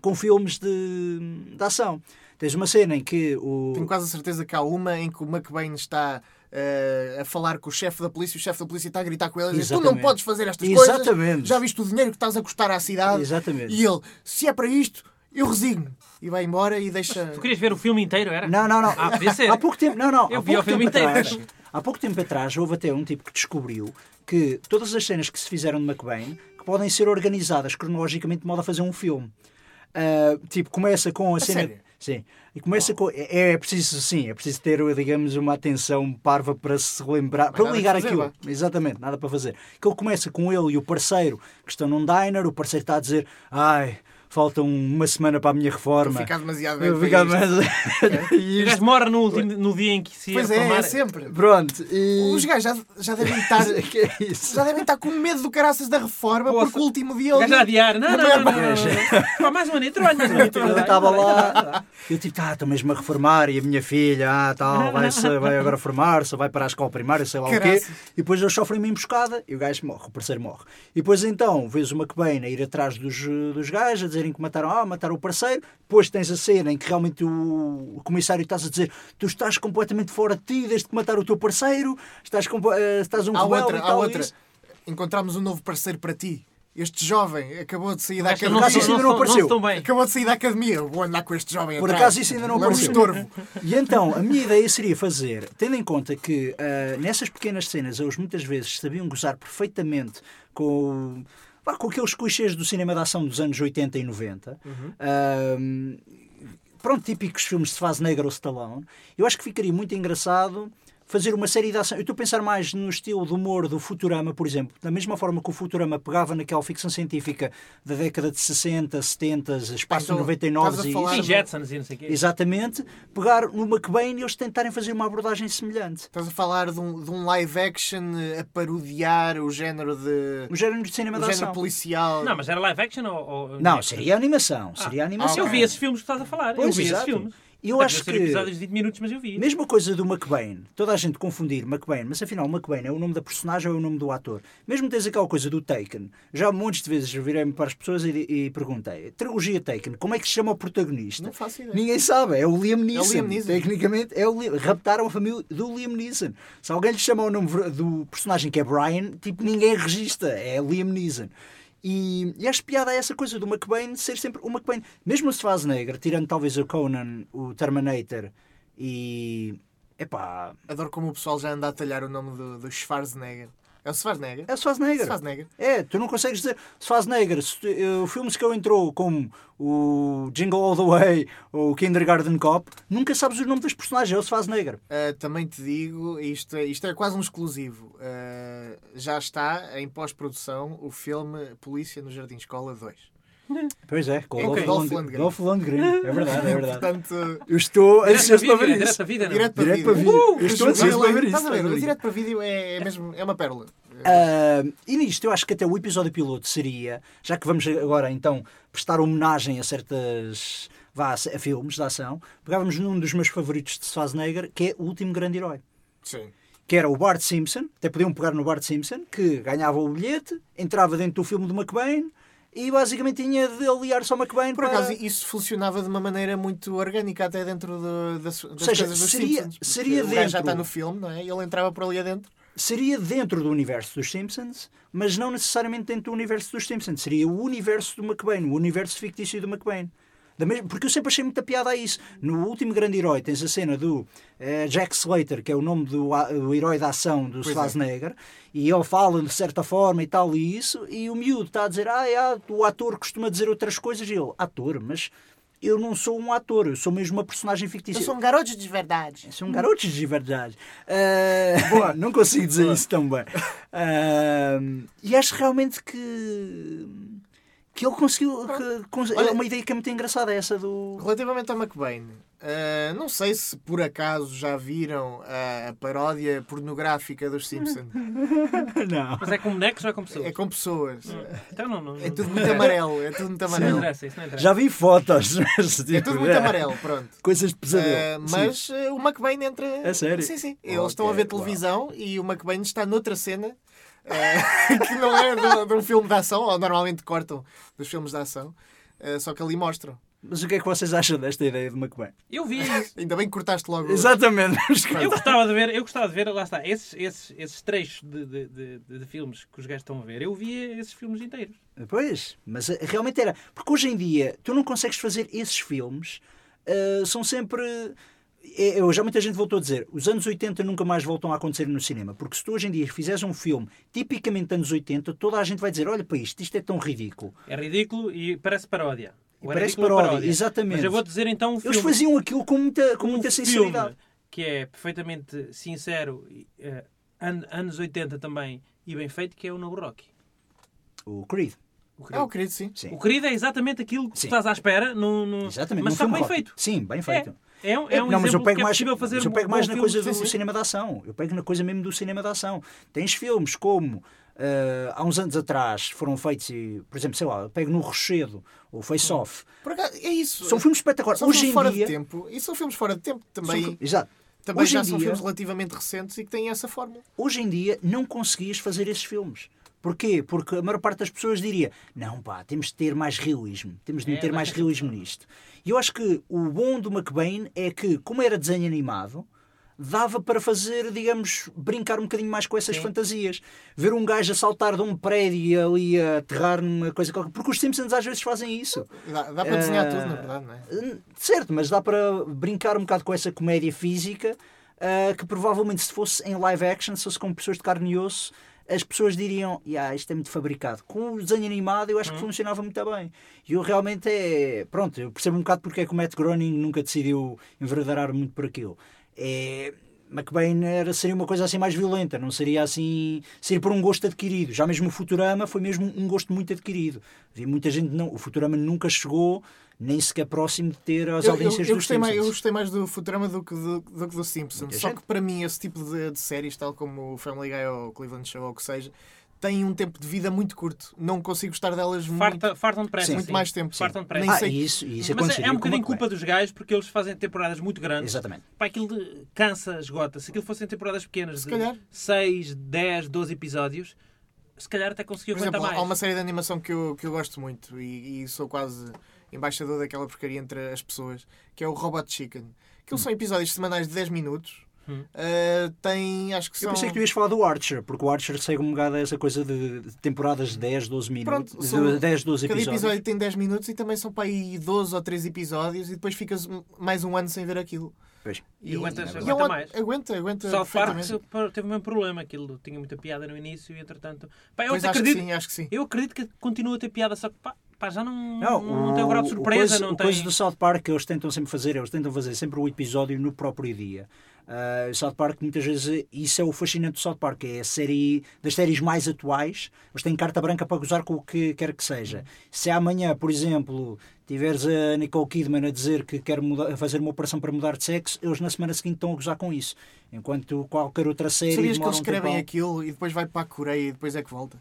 com filmes de, de ação. Tens uma cena em que o.
Tenho quase a certeza que há uma em que o McBain está eh, a falar com o chefe da polícia e o chefe da polícia está a gritar com ele a dizer, tu não
Exatamente.
podes fazer estas coisas,
Exatamente.
já viste o dinheiro que estás a custar à cidade.
Exatamente.
E ele, se é para isto, eu resigno. E vai embora e deixa...
Tu querias ver o filme inteiro, era?
Não, não, não.
Ah, podia ser.
Há pouco tempo, não, não.
Eu
há
vi
pouco
o filme
tempo
inteiro.
atrás, há pouco tempo atrás houve até um tipo que descobriu que todas as cenas que se fizeram de McBain que podem ser organizadas cronologicamente de modo a fazer um filme. Ah, tipo, começa com a, cena.
sério?
Sim. E
Oh.
começa com. É, é preciso, sim, é preciso ter, digamos, uma atenção parva para se lembrar, para
nada
ligar
para fazer,
aquilo. Exatamente, nada para fazer. Que ele começa com ele e o parceiro que estão num diner, o parceiro está a dizer: Ai, falta um- uma semana para a minha reforma.
Ficar demasiado bem
Eu
para
ficar
isto.
mais- E
O
isto-
gajo mora no, último- no dia em que se ia
Pois é,
reformar.
é sempre.
Pronto. E...
Os gajos já, já devem estar.
*laughs* que é isso?
Já devem estar com medo do caraças da reforma,
Poça.
porque o último dia
O gajo a
ele.
adiar. Não, não, não. não, não, não. Pá, mais um anito, olha, mais um anito.
Eu estava lá, eu tipo, ah, estou mesmo a reformar e a minha filha, ah, tal, vai, vai agora formar-se, vai para a escola primária, sei lá o
Caraças.
quê. E depois eles sofrem uma emboscada e o gajo morre, o parceiro morre. E depois então vês uma quebeina ir atrás dos, dos gajos a dizerem que mataram, ah, mataram o parceiro. Depois tens a cena em que realmente o, o comissário estás a dizer, tu estás completamente fora de ti desde que mataram o teu parceiro, estás, compo- eh, estás um
Há
rebelde
outra,
e
há
tal,
outra.
isso.
Encontramos um novo parceiro para ti. Este jovem acabou de sair da
Acho que
academia.
acaso isso ainda não apareceu.
estão bem.
Acabou de sair da academia. Eu Vou andar com este jovem
Por
atrás.
acaso isso ainda não
Ele
apareceu.
É um estorvo.
E então, a minha ideia seria fazer, tendo em conta que ah, nessas pequenas cenas eles muitas vezes sabiam gozar perfeitamente com, o- vá, com aqueles clichês do cinema de ação dos anos 80 e 90.
Uhum.
Ah, pronto, típicos filmes de Schwarzenegger ou Stallone. Eu acho que ficaria muito engraçado fazer uma série de ação. Eu estou a pensar mais no estilo de humor do Futurama, por exemplo. Da mesma forma que o Futurama pegava naquela ficção científica da década de 60, 70, espaço
Estás a-
99
estás a
e
falar
Sim, Jetsons e não sei o quê.
Exatamente, pegar no McBain e eles tentarem fazer uma abordagem semelhante.
Estás a falar de um, de um live action eh, a parodiar o género de.
O género de um cinema
o
de ação.
género policial.
Não, mas era live action ou... ou-
Não, seria animação.
Ah,
Seria
Eu
animação.
vi esses filmes que estás a falar. eu
Pois,
vi esses
exato.
filmes.
Eu
Deve
acho
ser
que-
episódios de 20 minutos, mas eu vi.
Mesma coisa do McBain. Toda a gente confundir McBain, mas afinal McBain é o nome da personagem ou é o nome do ator. Mesmo tens aquela coisa do Taken. Já montes de vezes virei-me para as pessoas e, e perguntei: trilogia Taken, como é que se chama o protagonista?
Não faço ideia.
Ninguém sabe, é o Liam Neeson.
Liam Neeson.
Tecnicamente, é o Liam. raptaram a família do Liam Neeson. Se alguém lhe chama o nome ver- do personagem que é Brian, tipo, ninguém registra, é Liam Neeson. E, e acho piada é essa coisa do McBain ser sempre o McBain. Mesmo o Schwarzenegger, tirando talvez o Conan, o Terminator e. Epá,
Adoro como o pessoal já anda a talhar o nome do, do Schwarzenegger. É o Schwarzenegger?
é o Schwarzenegger.
Schwarzenegger.
É, tu não consegues dizer Schwarzenegger, se tu- eh, o filme que eu entrou como o Jingle All the Way ou o Kindergarten Cop, nunca sabes o nome dos personagens, é o Schwarzenegger.
Uh, também te digo, isto, é- isto é quase um exclusivo. Uh, já está em pós-produção o filme Polícia no Jardim Escola 2.
Pois é, com
É
o
ok.
Dolph
Dolph Lundgren.
Lundgren. Dolph Lundgren. É *laughs* verdade, é verdade.
Portanto,
Eu estou
Direto a
ansioso para
vídeo,
ver
é direto
isso.
a vida, não?
direto para
Direto para
vídeo. Uh,
vídeo. Eu estou ansioso para ver isso.
Estás a ver?
estás a
O
ver?
direto para vídeo é, é mesmo, é uma pérola.
Ah, e nisto, eu acho que até o episódio piloto seria, já que vamos agora então prestar homenagem a certas vá, a filmes de ação, pegávamos num dos meus favoritos de Schwarzenegger, que é O Último Grande Herói.
Sim.
que era o Bart Simpson, até podiam pegar no Bart Simpson, que ganhava o bilhete, entrava dentro do filme do McBain e basicamente tinha de aliar-se ao McBain
Por
para...
acaso, isso funcionava de uma maneira muito orgânica até dentro do, das, das
seja,
coisas dos
seria-
Simpsons.
seria
O gajo já
dentro.
está no filme, não é? E ele entrava por ali adentro.
Seria dentro do universo dos Simpsons, mas não necessariamente dentro do universo dos Simpsons. Seria o universo do McBain, o universo fictício do McBain. Da mesma, porque eu sempre achei muita piada a isso. No último grande herói tens a cena do eh, Jack Slater, que é o nome do, a- o herói da ação do Schwarzenegger, e ele fala de certa forma e tal e isso, e o miúdo está a dizer, ah, ah, o ator costuma dizer outras coisas, e ele, ator, mas eu não sou um ator, eu sou mesmo uma personagem fictícia.
um garoto de verdade.
São garotos de verdade. Ah, *laughs* não consigo dizer isso tão bem. Ah, e acho realmente que. que ele conseguiu. que- cons- é
Olha-
uma ideia que é muito engraçada, essa do.
Relativamente ao McBain, eh, não sei se por acaso já viram a, a paródia pornográfica dos Simpsons.
*laughs* Hum. Não.
Mas é com bonecos ou é com pessoas?
É com pessoas.
Hum.
Então não, não.
É tudo muito amarelo. É tudo muito
Isso não
amarelo.
interessa, isso não interessa.
Já vi fotos, *laughs* mas.
É
tipo,
tudo muito amarelo, pronto.
Coisas de pesadelo.
Eh, mas eh, o McBain entra.
É sério?
Sim, sim.
Ok,
Eles estão a ver
uau.
televisão e o McBain está noutra cena eh, *laughs* que não é de, de um filme de ação, ou normalmente cortam dos filmes de ação, eh, só que ali mostram.
Mas o que é que vocês acham desta ideia de McBain?
Eu vi isso.
Ainda bem que cortaste logo.
*laughs* Exatamente.
Eu gostava de ver, eu gostava de ver, lá está, esses, esses, esses trechos de, de, de- de- de filmes que os gajos estão a ver, eu via esses filmes inteiros.
Pois, mas eh, realmente era. Porque hoje em dia tu não consegues fazer esses filmes, eh, são sempre. eh, Eu já muita gente voltou a dizer, os anos 80 nunca mais voltam a acontecer no cinema, porque se tu hoje em dia fizeres um filme tipicamente anos 80, toda a gente vai dizer: olha para isto, isto é tão ridículo.
É ridículo e parece paródia. E O
Parece
Herético é uma
paródia, exatamente.
Mas eu vou dizer então um filme.
Eles faziam aquilo com muita, com
um
muita
filme
sinceridade.
que é perfeitamente sincero, e, eh, an- anos 80 também, e bem feito, que é o Novo Rocky.
O Creed.
O
Ah,
querido.
o querido, sim.
Sim.
O querido é exatamente aquilo que
Sim.
tu estás à espera, no, no-
Exatamente.
mas
um
está
filme
bem
rock.
feito.
Sim, bem feito.
É, é um, é um
não, mas eu
exemplo
pego
que é
mais,
possível fazer
mas eu
um
pego
bom
mais na
filme
coisa
sem
do
ser-
cinema de ação. Eu pego na coisa mesmo do cinema de ação. Tens filmes como ah, há uns anos atrás foram feitos, e, por exemplo, sei lá, eu pego no Rochedo, o Face Off.
Por acaso, é isso.
São filmes espetaculares.
São
Hoje
filmes
em
fora
dia.
de tempo. E são filmes fora de tempo
são
também.
fi- Exato.
Também
Hoje
já
em
são
dia-
filmes relativamente recentes e que têm essa fórmula.
hoje em dia não conseguias fazer esses filmes. Porquê? Porque a maior parte das pessoas diria: não, pá, temos de ter mais realismo, temos de
É,
meter
mas-
mais realismo nisto. E eu acho que o bom do McBain é que, como era desenho animado, dava para fazer, digamos, brincar um bocadinho mais com essas fantasias. Ver um gajo a saltar de um prédio e ali a aterrar numa coisa qualquer. Porque os Simpsons às vezes fazem isso.
Dá, dá para desenhar
Eh,
tudo, na verdade, não é?
Hum, Certo, mas dá para brincar um bocado com essa comédia física ah, que provavelmente se fosse em live action, se fosse com pessoas de carne e osso, as pessoas diriam, yeah, isto é muito fabricado. Com o desenho animado eu acho que funcionava muito bem. E eu realmente é... Pronto, eu percebo um bocado porque é que o Matt Groening nunca decidiu enverdarar muito por aquilo. É... McBain era, seria uma coisa assim mais violenta, não seria assim. seria por um gosto adquirido. Já mesmo o Futurama foi mesmo um gosto muito adquirido. Havia muita gente. Não, o Futurama nunca chegou nem sequer próximo de ter as
Eu, eu-
audiências
eu
dos
gostei mais, eu
Simpsons.
gostei mais do Futurama do que do, do, que do Simpsons.
Muita
Só
gente.
que para mim, esse tipo de, de séries, tal como o Family Guy ou o Cleveland Show ou o que seja, tem um tempo de vida muito curto. Não consigo gostar delas muito,
Farta, fartam depressa.
muito
sim.
mais tempo.
Fartam
Nem
depressa.
Ah,
sei-
e isso, e isso
Mas é-
aconteceria
é um
com
bocadinho
o McBain.
culpa dos gajos porque eles fazem temporadas muito grandes.
Exatamente.
Pá, aquilo de- cansa, esgota. Se aquilo fossem temporadas pequenas,
Se
de
calhar.
6, 10, 12 episódios, se calhar até conseguiu
Por
aguentar
exemplo, há
mais.
uma série de animação que eu, que eu gosto muito e, e sou quase embaixador daquela porcaria entre as pessoas, que é o Robot Chicken. Aquilo
Hum.
são episódios semanais de 10 minutos.
Hum.
Ah, tem, acho que
Eu
são.
pensei que tu ias falar do Archer, porque o Archer segue um bocado essa coisa de de temporadas de 10, 12 minutos.
Pronto, são-
de 10, 12
Cada
episódios.
episódio tem 10 minutos e também são para aí 12 ou 13 episódios e depois ficas um- mais um ano sem ver aquilo.
Pois.
E aguentas,
E é
aguenta
um-
mais.
Aguenta, aguenta.
South Park
perfeitamente.
se- teve o mesmo problema. Aquilo tinha muita piada no início e entretanto. Pá, eu
Pois
até
acho
acredito.
que sim, é. acho que sim.
Eu acredito que continua a ter piada, só que pá, pá, já não,
Não,
não, tem o grau de surpresa.
coisa,
não
o
tem...
coisa do South Park eles tentam sempre fazer, eles tentam fazer sempre o episódio no próprio dia. Ah, o South Park muitas vezes, isso é o fascinante do South Park, é a série das séries mais atuais, eles têm carta branca para gozar com o que quer que seja. Se amanhã, por exemplo, tiveres a Nicole Kidman a dizer que quer muda- fazer uma operação para mudar de sexo, eles na semana seguinte estão a gozar com isso. Enquanto qualquer outra série.
Sabias que
demora
eles
um tempo
escrevem
a-
aquilo e depois vai para a Coreia e depois é que volta?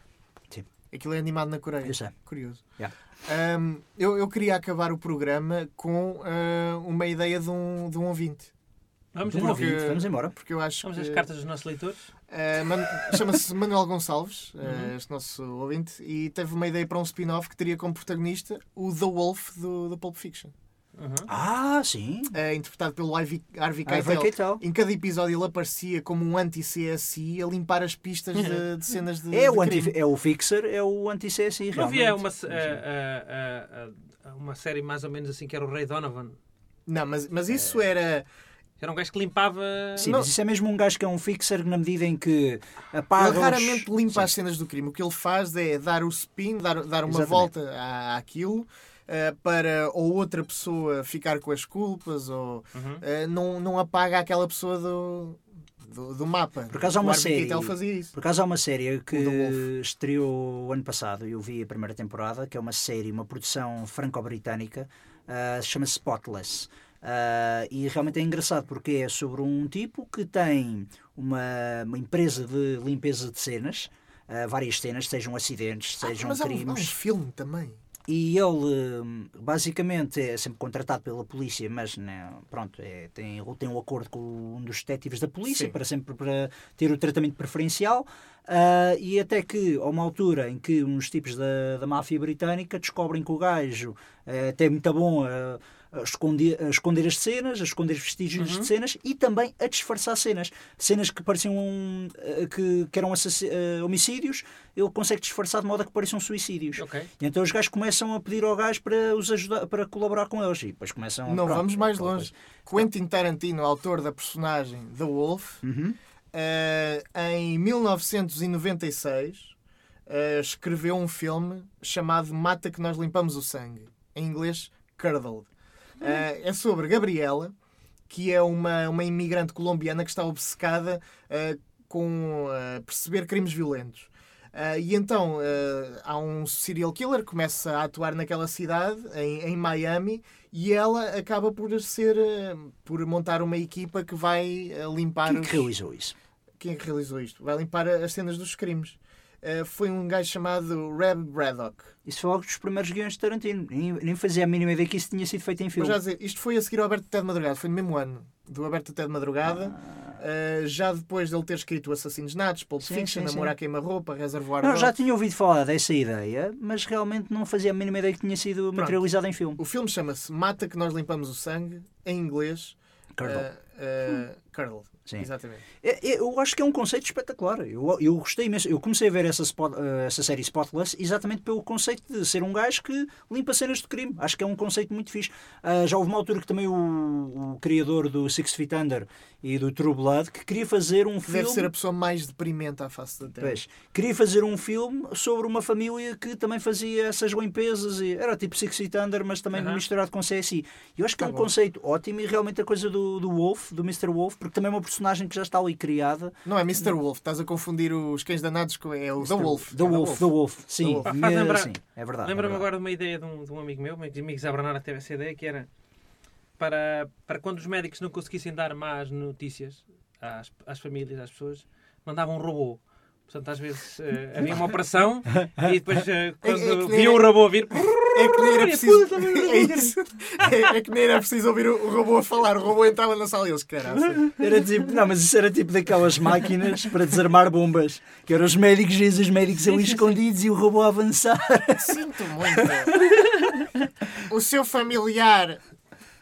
Sim.
Aquilo é animado na Coreia.
Eu sei.
Curioso.
Yeah.
Ahm, eu, eu queria acabar o programa com ah, uma ideia de um, de um ouvinte.
Vamos,
Do
então.
Um ouvinte,
Porque-
Vamos embora.
Porque eu acho
Vamos
que.
às cartas dos nossos leitores.
ah, Man-
*laughs*
Chama-se Manuel Gonçalves, ah,
Uhum.
este nosso ouvinte, e teve uma ideia para um spin-off que teria como protagonista o The Wolf do, do Pulp Fiction,
Uhum.
Ah, sim.
ah, interpretado pelo Harvey, Harvey
Ah,
Keitel.
Keitel.
Em cada episódio ele aparecia como um anti-CSI a limpar as pistas de, de cenas de.
É
de
o, anti,
Hum, crime.
é o Fixer, é o anti-CSI,
Eu
realmente.
vi é uma, se- a- a- a- a- uma série mais ou menos assim que era o Ray Donovan.
Não, mas, mas isso era.
Era um gajo que limpava.
Sim,
Não.
mas isso é mesmo um gajo que é um fixer na medida em que apaga
ele
os-
raramente limpa
Ah, Sim.
as cenas do crime. O que ele faz é dar o spin, dar, dar uma
Exatamente.
volta à, àquilo eh, para ou outra pessoa ficar com as culpas ou eh, não, não apaga aquela pessoa do, do, do mapa.
Por acaso há
O
uma
Harvey
série-
Keitel fazia isso.
Por acaso há uma série que
O The Wolf.
estreou o ano passado, eu vi a primeira temporada, que é uma série, uma produção franco-britânica, ah, chama-se Spotless. Ah, e realmente é engraçado porque é sobre um tipo que tem uma, uma empresa de limpeza de cenas, ah, várias cenas, sejam acidentes,
Ah,
sejam
mas há um, há um
crimes.
filme também.
E ele hum, basicamente é sempre contratado pela polícia, mas né, pronto, é, tem, ele tem um acordo com um dos detetives da polícia
Sim.
para sempre para ter o tratamento preferencial. ah, e até que há uma altura em que uns tipos da, da máfia britânica descobrem que o gajo é até muito bom a, a esconder, a esconder as cenas, a esconder vestígios de cenas e também a disfarçar cenas. Cenas que pareciam ah, que, que eram assassi- ah, homicídios, ele consegue disfarçar de modo a que pareçam suicídios.
Ok.
E então os gajos começam a pedir ao gajo para os ajudar, para colaborar com eles. E depois começam
Não
pronto,
vamos mais
aquela
longe.
coisa.
Quentin Tarantino, autor da personagem The Wolf, eh, em 1996 eh, escreveu um filme chamado Mata que Nós Limpamos o Sangue. em inglês Curdled. Eh, é sobre Gabriela, que é uma, uma imigrante colombiana que está obcecada eh, com eh, perceber crimes violentos. Eh, e então eh, há um serial killer que começa a atuar naquela cidade, em, em Miami, e ela acaba por ser eh, por montar uma equipa que vai eh, limpar
Quem que
os-
realizou isso?
quem é que realizou isto? Vai limpar eh, as cenas dos crimes. Eh, foi um gajo chamado Reb Braddock.
Isso foi logo dos primeiros guiões de Tarantino. Nem, nem fazia a mínima ideia que isso tinha sido feito em
Mas
filme.
já dizer, isto foi a seguir ao Aberto Até de Madrugada, foi no mesmo ano do Aberto Até de Madrugada. Eh, já depois dele ter escrito Assassinos Natos, Pulp
Ah. Sim,
Fiction,
sim, sim.
Namorar Queima-Roupa, Reservoir
Não,
Dogs.
já tinha ouvido falar dessa ideia, mas realmente não fazia a mínima ideia que tinha sido materializado em filme.
O filme chama-se Mata que Nós Limpamos o Sangue, em inglês.
Cardle.
eh, eh, Curdle.
Sim.
Exatamente.
É- é- Eu acho que é um conceito espetacular. Eu, eu gostei imenso. Eu comecei a ver essa, spot- eh, essa série Spotless exatamente pelo conceito de ser um gajo que limpa cenas de crime. Acho que é um conceito muito fixe. Ah, já houve uma altura que também o, o criador do Six Feet Under e do True Blood que queria fazer um filme.
Deve ser a pessoa mais deprimente à face da Terra.
Pois, queria fazer um filme sobre uma família que também fazia essas limpezas e era tipo Six Feet Under, mas também
Aham.
misturado com CSI. E eu acho que é
Tá
um
bom.
conceito ótimo e realmente a coisa do, do Wolf, do Mr. Wolf, porque também é uma personagem que já está ali criada.
Não é Mr. Wolf, estás a confundir os cães danados com é o The
Mr.
Wolf.
The
É o
Wolf, The Wolf, sim.
Wolf.
Faz
mas-
lembrar-
sim, é verdade.
Lembro-me
é verdade.
agora de uma ideia de um, de um amigo meu, meus amigos à Branara teve essa ideia, que era para, para quando os médicos não conseguissem dar más notícias às, às famílias, às pessoas, mandavam um robô. Portanto, às vezes eh,
*laughs*
havia uma operação e depois eh, quando
é que nem-
via o robô
*laughs*
vir...
É que nem era
Olha,
preciso.
puta, meu
*laughs* É isso. É, é que nem era preciso ouvir o, o robô a falar. O robô entrava na sala e eles, caralho.
Era tipo, não, mas isso era tipo daquelas máquinas para desarmar bombas, que eram os médicos e os médicos ali escondidos e o robô a
*laughs*
avançar.
Sinto muito. O seu familiar,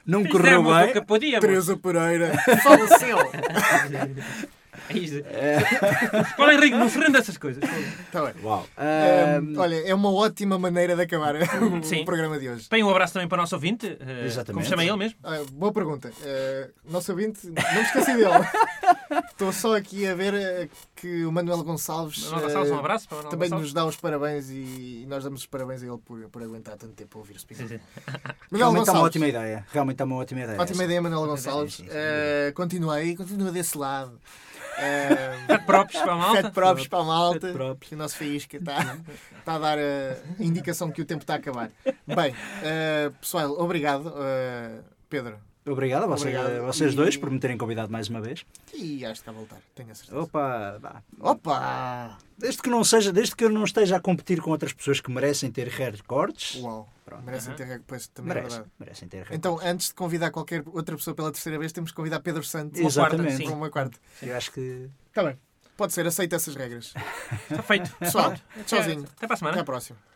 Não correu
Fizemos o
bem.
que podíamos.
Teresa Pereira, faleceu.
*laughs* É isso. Qual é Henrique? Não se rende a essas coisas.
Tá bem.
Uau.
Ahm, olha, é uma ótima maneira de acabar o
Sim.
programa de hoje.
Bem, um abraço também para o nosso ouvinte. eh,
Exatamente.
Como se chama ele mesmo?
Ah, boa pergunta. Ah, nosso ouvinte, não me esqueci dele. Estou só aqui a ver ah, que o Manuel Gonçalves,
Manuel Gonçalves,
ah,
um abraço para o Manuel
também
Gonçalves.
nos dá os parabéns e, e nós damos os parabéns a ele por, por aguentar tanto tempo a ouvir o Spin.
*laughs* Sim, sim.
Manuel
Realmente é uma
Gonçalves.
ótima ideia. Realmente é uma ótima ideia.
Ótima
essa.
ideia, Manuel Gonçalves.
sim, sim,
Eh, continua aí, continua desse
*laughs*
lado. Eh,
Fat props para a malta.
Fete próprios para a malta.
Fete props.
Que o nosso faísca está, está a dar eh, indicação que o tempo está a acabar. Bem, eh, pessoal, obrigado, eh, Pedro.
Obrigado a vocês,
Obrigado.
a vocês dois
E-
por me terem convidado mais uma vez.
E acho que está a voltar, tenho a certeza.
Opa, vá.
Opa!
Desde que, não seja, desde que eu não esteja a competir com outras pessoas que merecem ter recordes,
Uau!
Pronto.
Merecem ter recuperado também, é
merecem,
verdade.
merecem ter recordes.
Então, antes de convidar qualquer outra pessoa pela terceira vez, temos que convidar Pedro Santos
Uma quarta,
Exatamente.
sim.
para uma quarta.
eu acho que
Está bem. Pode ser, aceita essas regras.
*laughs* Está feito.
Pessoal,
Pronto.
tchauzinho.
Até para a semana.
Até à próxima.